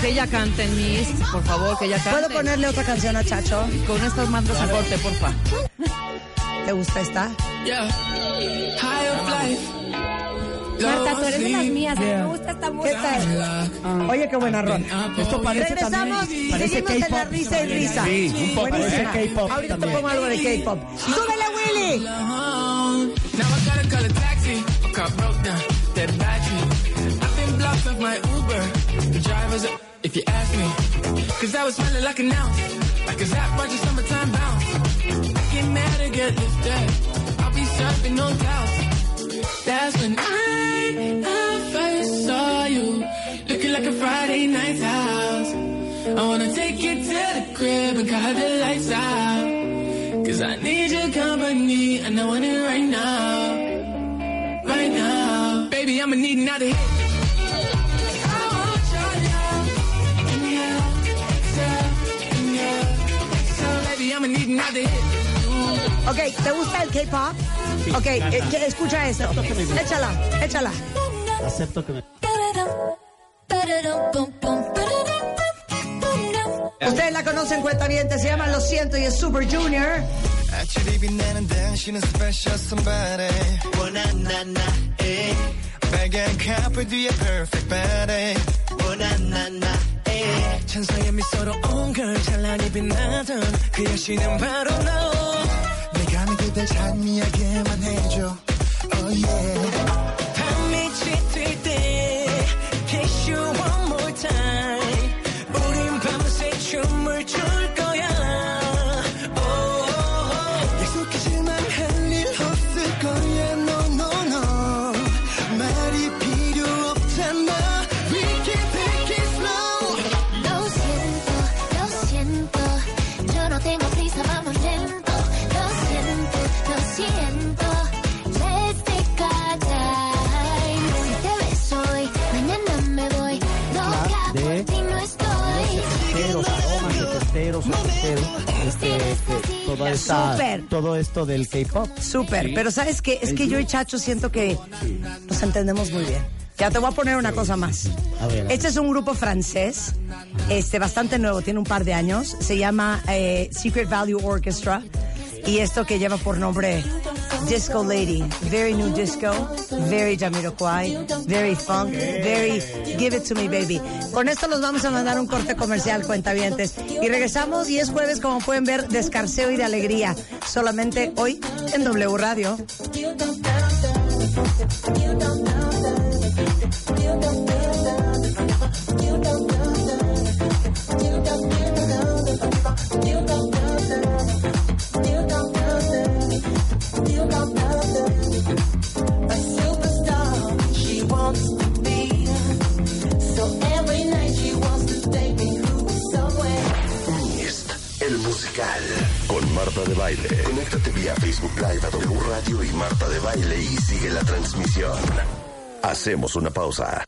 F: que ella canten, mis, por favor, que ella canten.
E: ¿Puedo ponerle otra canción a Chacho?
F: Con estas mandas a corte, porfa.
E: ¿Te gusta esta?
M: Yeah. High up life.
P: Marta, tú eres de las mías. Me gusta esta
E: ¿Qué
P: música.
E: tal? Oye, qué buena rola.
H: Esto Ah, parece
E: Regresamos,
H: también- parece
E: seguimos en la
H: K-pop.
E: risa y risa.
H: Sí, un poco.
E: Buenísima.
H: Parece K-pop
E: Ahorita te
H: también.
E: pongo algo de K-pop. ¡Súbele, Willy!
M: Now I gotta call a taxi. My car broke down, dead battery. I've been blocked off my Uber. The driver's up, if you ask me. Cause I was smelling like an ounce. Like a zap bunch of summertime bounce. I get mad or get lifted. I'll be surfing no doubts. That's when I, I first saw you. Looking like a Friday night house. I wanna take you to the crib and cut the lights out. Cause I need your company, and I want it right now. Right now. Baby, I'ma need another hit. I want your love, and your love, and your love. So, baby, I'ma need another hit.
E: Ok, ¿te gusta el K-pop? Ok,
H: me encanta.
E: eh, que- escucha esto. Échala, échala.
H: Acepto que me...
E: Ustedes la conocen, cuenta bien, se llama Lo Siento y es Super Junior.
Q: actually be 나는 당신은 special somebody 원한나나 에 빨간 카페 뒤에 perfect body 원한나나 에
M: 천사의 미소로 온걸 찬란히 빛나던 그 여신은 바로 너.
Q: 내가 는 그댈 찬미하게만 해줘 oh yeah
M: 밤이 짙을 때 Kiss you one more time 우린 밤새 춤을 출 거야 oh.
Q: 약속하지만 할 일 없을 거야 no no no 말이 필요 없잖아 we can take it slow
K: Lo siento, lo siento. Yo no tengo prisa, vamos lento. Lo siento, lo siento. Let's take our time. Si te ves hoy, mañana me voy. Loca
H: de-
K: por ti no estoy.
H: Teros, aromas de testeros, solteros, este, este, toda esta-
E: Súper.
H: todo esto del K-pop.
E: Súper, pero ¿sabes qué? Es que yo y Chacho siento que nos entendemos muy bien. Ya te voy a poner una cosa más.
H: A ver, a ver.
E: Este es un grupo francés, este bastante nuevo, tiene un par de años. Se llama eh, Secret Value Orchestra y esto que lleva por nombre Disco Lady, Very New Disco, Very Jamiroquai, Very Funk, Very Give It to Me Baby. Con esto los vamos a mandar un corte comercial, cuentavientes, y regresamos y es jueves como pueden ver de escarceo y de alegría, solamente hoy en W Radio.
M: A superstar she wants to be So every night she wants to take me somewhere
C: Mist, el musical. Con Marta de Baile. Conéctate vía Facebook Live a W Radio y Marta de Baile y sigue la transmisión. Hacemos una pausa.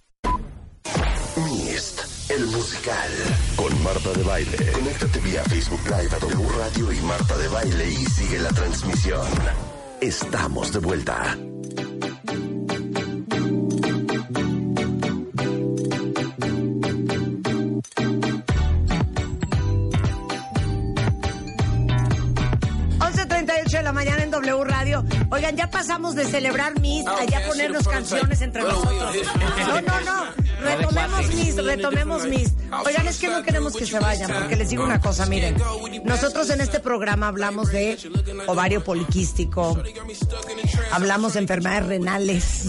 C: Mist, el musical. Con Marta de Baile. Conéctate vía Facebook Live a W Radio y Marta de Baile y sigue la transmisión. Estamos de vuelta.
E: de la mañana en W Radio. Oigan, ya pasamos de celebrar Miss a ya ponernos canciones entre nosotros. No, no, no. Retomemos Miss, retomemos Miss. Oigan, es que no queremos que se vayan, porque les digo una cosa, miren. Nosotros en este programa hablamos de ovario poliquístico, hablamos de enfermedades renales,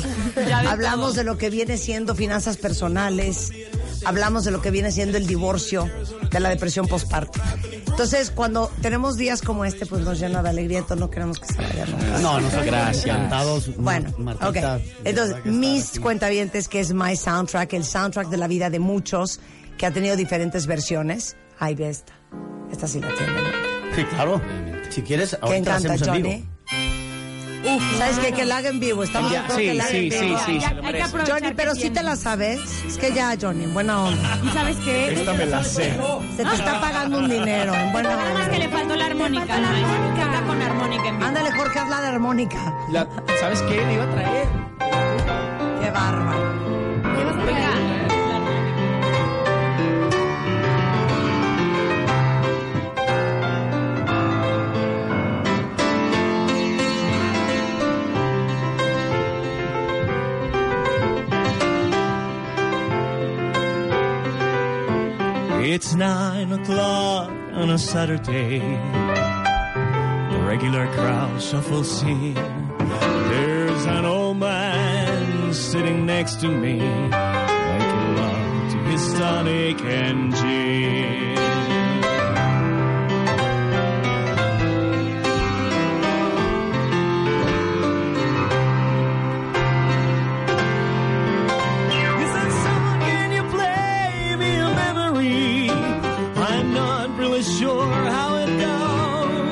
E: hablamos de lo que viene siendo finanzas personales, hablamos de lo que viene siendo el divorcio, de la depresión postparto. Entonces, cuando tenemos días como este, pues nos llena de alegría, entonces no queremos que se vayan.
H: Ah, No, no, gracias. Encantados.
E: Bueno,
H: Martita, de verdad
E: ok. Entonces,
H: que
E: mis cuentavientes, que es My Soundtrack, el soundtrack de la vida de muchos, que ha tenido diferentes versiones. Ahí ve esta. Esta sí la tiene.
H: Sí, claro. Si quieres,
E: ¿Qué
H: ahorita la
E: encanta,
H: hacemos en vivo.
E: Johnny? ¿Sabes qué? Que la haga en vivo. Está muy
H: Ya,
E: bien
H: sí,
E: que la haga
H: sí,
E: en
H: sí,
E: vivo.
H: sí, se lo Hay que merece. aprovechar
E: Johnny, pero
H: que
E: sí te la sabes. Es que ya, Johnny, buena onda.
J: ¿Y sabes qué?
E: Esta me la sé. Se te está pagando un dinero. En buena
J: Nada más
E: onda.
J: que le faltó la armónica. Está con armónica en vivo.
E: Ándale, Jorge, habla de armónica.
R: La- ¿Sabes qué? Le iba a traer.
E: Qué bárbaro.
K: It's nine o'clock on a Saturday. The regular crowd shuffles in. There's an old man sitting next to me, making love to his tonic and gin. You said, "Someone, can you play me a memory? I'm not really sure how it goes,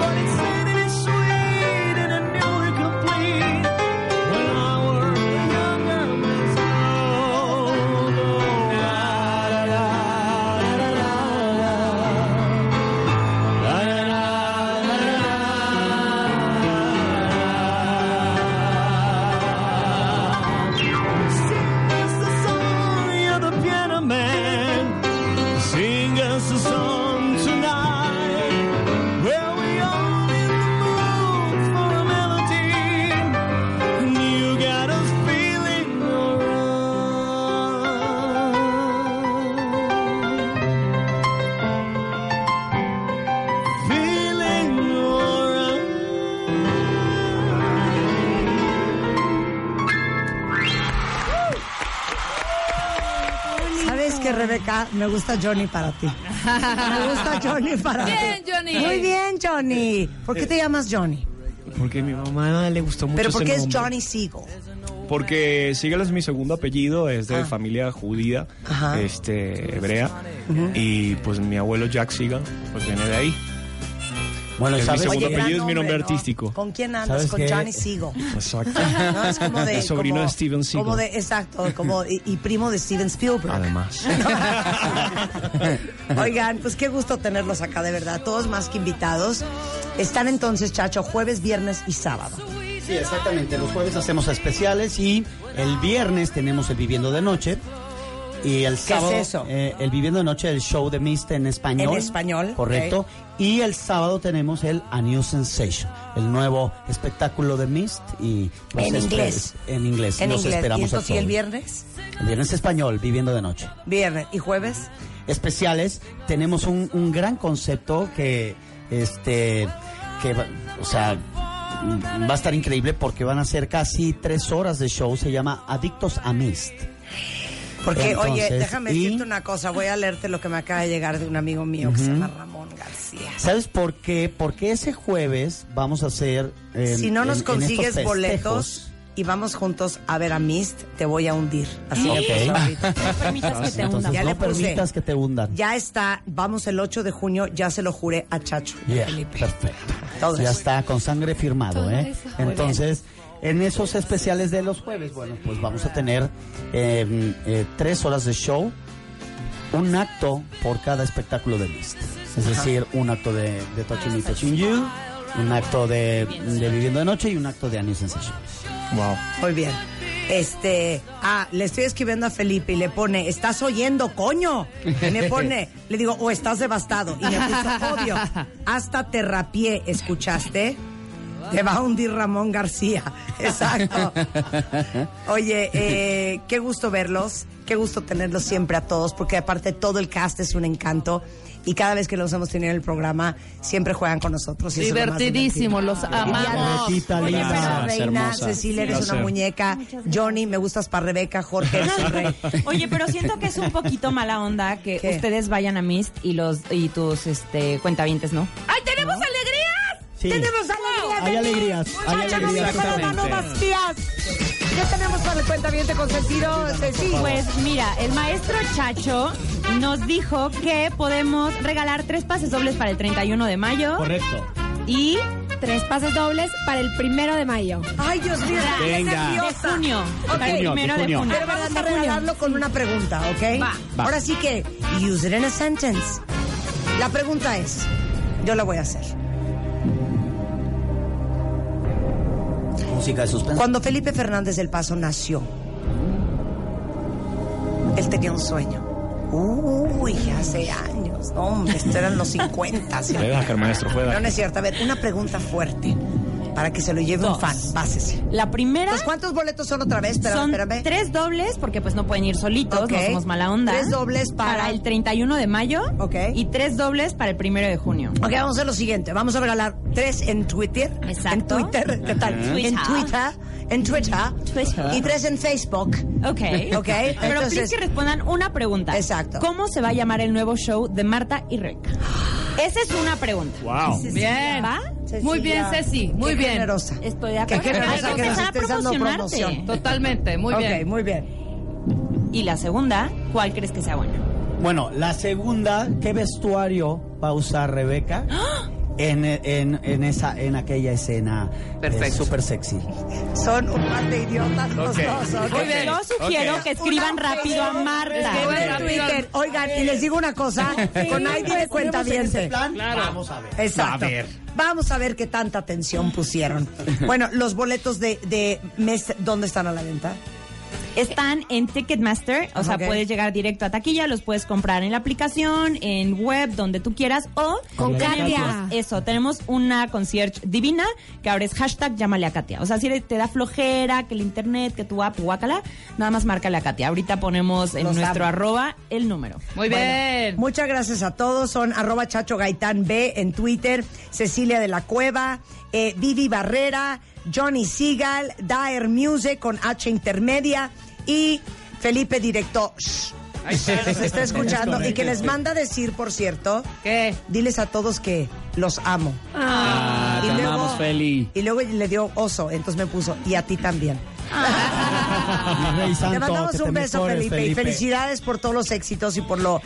K: but it's sweet and it's sweet and I knew it complete when I were a younger man's old. Oh, la, la, la, la, la, la, la. La, la, la, la, la, la. Sing us the song, you're the piano man. Sing us a song tonight. Well, we all in the mood for a melody. And you got us feeling alright. feeling alright.
E: ¿Sabes que Rebeca? Me gusta Johnny para ti. Me gusta Johnny para ti.
F: Bien, Johnny.
E: Muy bien, Johnny. ¿Por qué te llamas Johnny?
R: Porque a mi mamá le gustó Eh, mucho
E: Pero
R: ese
E: porque es
R: nombre.
E: Johnny Siegel.
R: Porque Sigel es mi segundo apellido, es de familia judía,
E: Ajá.
R: este hebrea.
E: Ujú.
R: Y pues mi abuelo Jack Siegel, pues viene de ahí.
H: Bueno,
R: es mi
H: ¿sabes?
R: segundo
H: Oye, gran
R: apellido, es mi nombre
E: ¿no?
R: artístico.
E: ¿Con quién andas?
R: ¿Sabes
E: Con
R: qué?
E: Johnny Siegel.
R: Exacto.
E: No, es como de.
R: El sobrino
E: como-
R: de Steven Seagal.
E: Como de, exacto, como, y, y primo de Steven Spielberg.
R: Además.
E: Oigan, pues qué gusto tenerlos acá, de verdad. Todos más que invitados. Están entonces, Chacho, jueves, viernes y sábado.
H: Sí, exactamente. Los jueves hacemos especiales y el viernes tenemos el Viviendo de Noche. Y el sábado.
E: es eso?
H: eh, el Viviendo de Noche, el show de Mist en español.
E: En español,
H: Correcto.
E: ok.
H: Y el sábado tenemos el A New Sensation, el nuevo espectáculo de Mist. Y los
E: En
H: espe-
E: inglés.
H: En inglés.
E: En
H: los
E: inglés.
H: esperamos
E: ¿Y esto
H: a
E: sigue el
H: todos.
E: viernes?
H: El viernes español, Viviendo de Noche
E: Viernes. ¿Y jueves?
H: especiales, tenemos un, un gran concepto que, este, que, va- o sea, va a estar increíble porque van a ser casi tres horas de show. Se llama Adictos a Mist.
E: Porque, oye,
H: Entonces,
E: déjame
H: y-
E: decirte una cosa. Voy a leerte lo que me acaba de llegar de un amigo mío que se
H: Ujú.
E: llama Ramón García.
H: ¿Sabes por qué? Porque ese jueves vamos a hacer. eh,
E: si no
H: en-
E: nos
H: en estos
E: consigues
H: festejos-
E: boletos y vamos juntos a ver a Mist, te voy a hundir. Así
H: Ok.
E: que
H: Entonces,
E: Ya
H: no
E: le puse.
H: permitas que te hundan.
E: Ya está, vamos el 8 de junio, ya se lo juré a Chacho. y a
H: Yeah,
E: Felipe.
H: perfecto.
E: Todo
H: ya
E: eso.
H: está con sangre firmado, ¿eh?
E: eso.
H: Entonces, en esos especiales de los jueves, bueno, pues vamos a tener eh, eh, tres horas de show, un acto por cada espectáculo de list. Es
E: Ajá.
H: decir, un acto de, de Touching Me, Touching You, un acto de, de Viviendo de Noche y un acto de Annie Sensation. Wow.
E: Muy bien. Este, ah, le estoy escribiendo a Felipe y le pone, estás oyendo, coño. Y me pone, le digo, o estás devastado. Y me puso, obvio, hasta te rapié, ¿escuchaste? Te va a hundir Ramón García. Exacto. Oye, eh, qué gusto verlos, qué gusto tenerlos siempre a todos, porque aparte todo el cast es un encanto y cada vez que los hemos tenido en el programa siempre juegan con nosotros. y eso es lo más
F: Divertidísimo, los amamos.
H: Rebequita,
E: Oye,
H: linda.
E: pero
H: Gracias,
E: reina,
H: hermosa.
E: Cecilia, eres
H: Gracias.
E: una muñeca. Johnny, me gustas para Rebeca. Jorge, eres un rey.
J: Oye, pero siento que es un poquito mala onda que
E: ¿Qué?
J: ustedes vayan a Mist y los y tus este cuentavientes, ¿no?
F: ¡Ay, tenemos alegrías!
H: Sí.
E: Tenemos alegrías.
H: Hay alegrías, hay alegrías. Exactamente.
E: tías. ¿Qué tenemos para el cuentaviente consentido, Ceci?
J: Pues mira, el maestro Chacho nos dijo que podemos regalar tres pases dobles para el 31 de mayo
H: Correcto.
J: y
K: tres pases dobles para el primero de mayo.
E: Ay, Dios mío, estoy
K: Venga.
E: nerviosa.
K: De junio.
E: Ok.
K: De junio, de Primero de junio. junio.
E: Pero vamos a regalarlo con una pregunta, ¿ok?
K: Va.
E: Ahora sí que, use it in a sentence. La pregunta es, yo la voy a hacer.
H: Música de suspense.
E: Cuando Felipe Fernández del Paso nació, él tenía un sueño. Uy, hace años. No, hombre, esto eran los 50. ¿sí?
R: Puede bajar, maestro, puede
E: No,
R: bajar.
E: no es cierto. A ver, una pregunta fuerte para que se lo lleve un fan. Pásese.
J: La primera.
E: ¿Cuántos boletos son otra vez? Espérame,
J: son
E: espérame.
J: tres dobles, porque pues no pueden ir solitos,
E: Ok.
J: no somos mala onda.
E: Tres dobles para-
J: el 31 de mayo. Y tres dobles para el primero de junio.
E: Ok, vamos a hacer lo siguiente. Vamos a regalar tres en Twitter. Exacto. En Twitter, ¿qué tal?
J: Ajá.
E: En Twitter. En Twitter. Y tres en Facebook.
J: Ok.
E: Ok.
J: Pero
E: entonces-
J: please que respondan una pregunta. Exacto. ¿Cómo se va a llamar el nuevo show de Marta y Rebeca? Esa es una pregunta.
R: Wow.
F: Bien.
J: ¿Va?
F: Muy bien, Ceci. Muy bien.
J: Estoy de
F: Qué
J: acuerdo.
F: generosa que nos
J: Empezar a
F: estés dando
J: promocionarte.
F: promoción. Totalmente, muy
J: Ok,
F: bien.
E: muy bien.
J: Y la segunda, ¿cuál crees que sea buena?
H: Bueno, la segunda, ¿qué vestuario va a usar Rebeca?
E: ¡Ah!
H: En, en, en esa en aquella escena eh,
E: Perfecto.
H: súper sexy.
E: Son un par de idiotas los
H: Ok.
E: dos. ¿ok?
H: Muy bien.
J: Yo sugiero
H: Ok.
J: que escriban
E: Una
J: rápido a
E: opinión
J: Marta.
E: en
J: Escriban rápido.
E: Twitter. Oigan, y les digo una cosa, con
H: pues,
E: nadie de
H: ¿tenemos
E: cuenta
H: en
E: bien.
H: ese plan? Claro. Vamos a ver.
E: Exacto.
H: A ver.
E: Vamos a ver qué tanta atención pusieron. Bueno, los boletos de, de mes, ¿dónde están a la venta?
J: Están en Ticketmaster, o sea,
E: Ok.
J: puedes llegar directo a taquilla, los puedes comprar en la aplicación, en web, donde tú quieras, o
K: Con
J: tenemos-
K: Katia.
J: Eso, tenemos una concierge divina que ahora es hashtag llámale a Katia. O sea, si te da flojera, que el internet, que tu app, guácala, nada más márcale a Katia. Ahorita ponemos en
E: Los
J: nuestro
E: amo.
J: arroba el número.
E: Muy bien. Muchas gracias a todos. Son arroba Chacho Gaitán B en Twitter, Cecilia de la Cueva, eh, Vivi Barrera, Johnny Seagal, Daer Music con H intermedia y Felipe Directo. Shh. Que Nos está escuchando y que les manda decir, por cierto,
F: ¿Qué?
E: diles a todos que los amo.
R: Ah, te amamos, Feli.
E: Y luego le dio oso, entonces me puso, y a ti también.
H: santo,
E: Te mandamos
H: que te
E: un beso,
H: mejores,
E: Felipe, y
H: Felipe.
E: felicidades por todos los éxitos y por lo,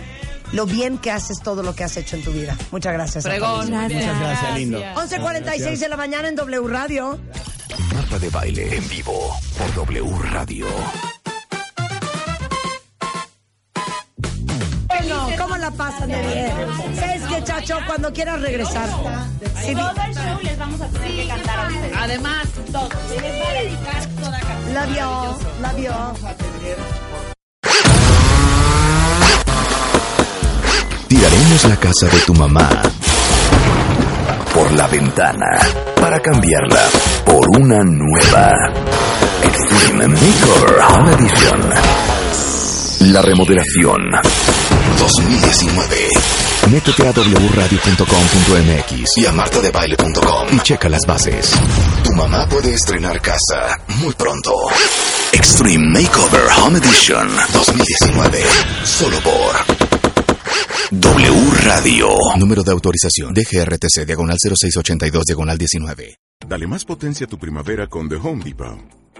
E: lo bien que haces todo lo que has hecho en tu vida. Muchas gracias. a todos.
A: Muchas gracias, lindo.
E: 11.46 de la mañana en W Radio.
A: Marta de Baile en vivo por W Radio.
E: Bueno, ¿cómo la pasan de bien? ¿Sabes qué, Chacho? Cuando quieras regresar. Sí,
J: Todo el show les vamos a tener que cantar a ustedes.
F: Además,
J: todo. Se les va a dedicar toda canción.
E: la vio, la vio.
A: Tiraremos la casa de tu mamá por la ventana para cambiarla por una nueva. Extreme Makeover Home Edition. La remodelación 2019. Métete a wradio.com.mx y a martadebaile.com y checa las bases. Tu mamá puede estrenar casa muy pronto. Extreme Makeover Home Edition 2019. Solo por W Radio. Número de autorización. DGRTC, diagonal 0682, diagonal 19.
S: Dale más potencia a tu primavera con The Home Depot.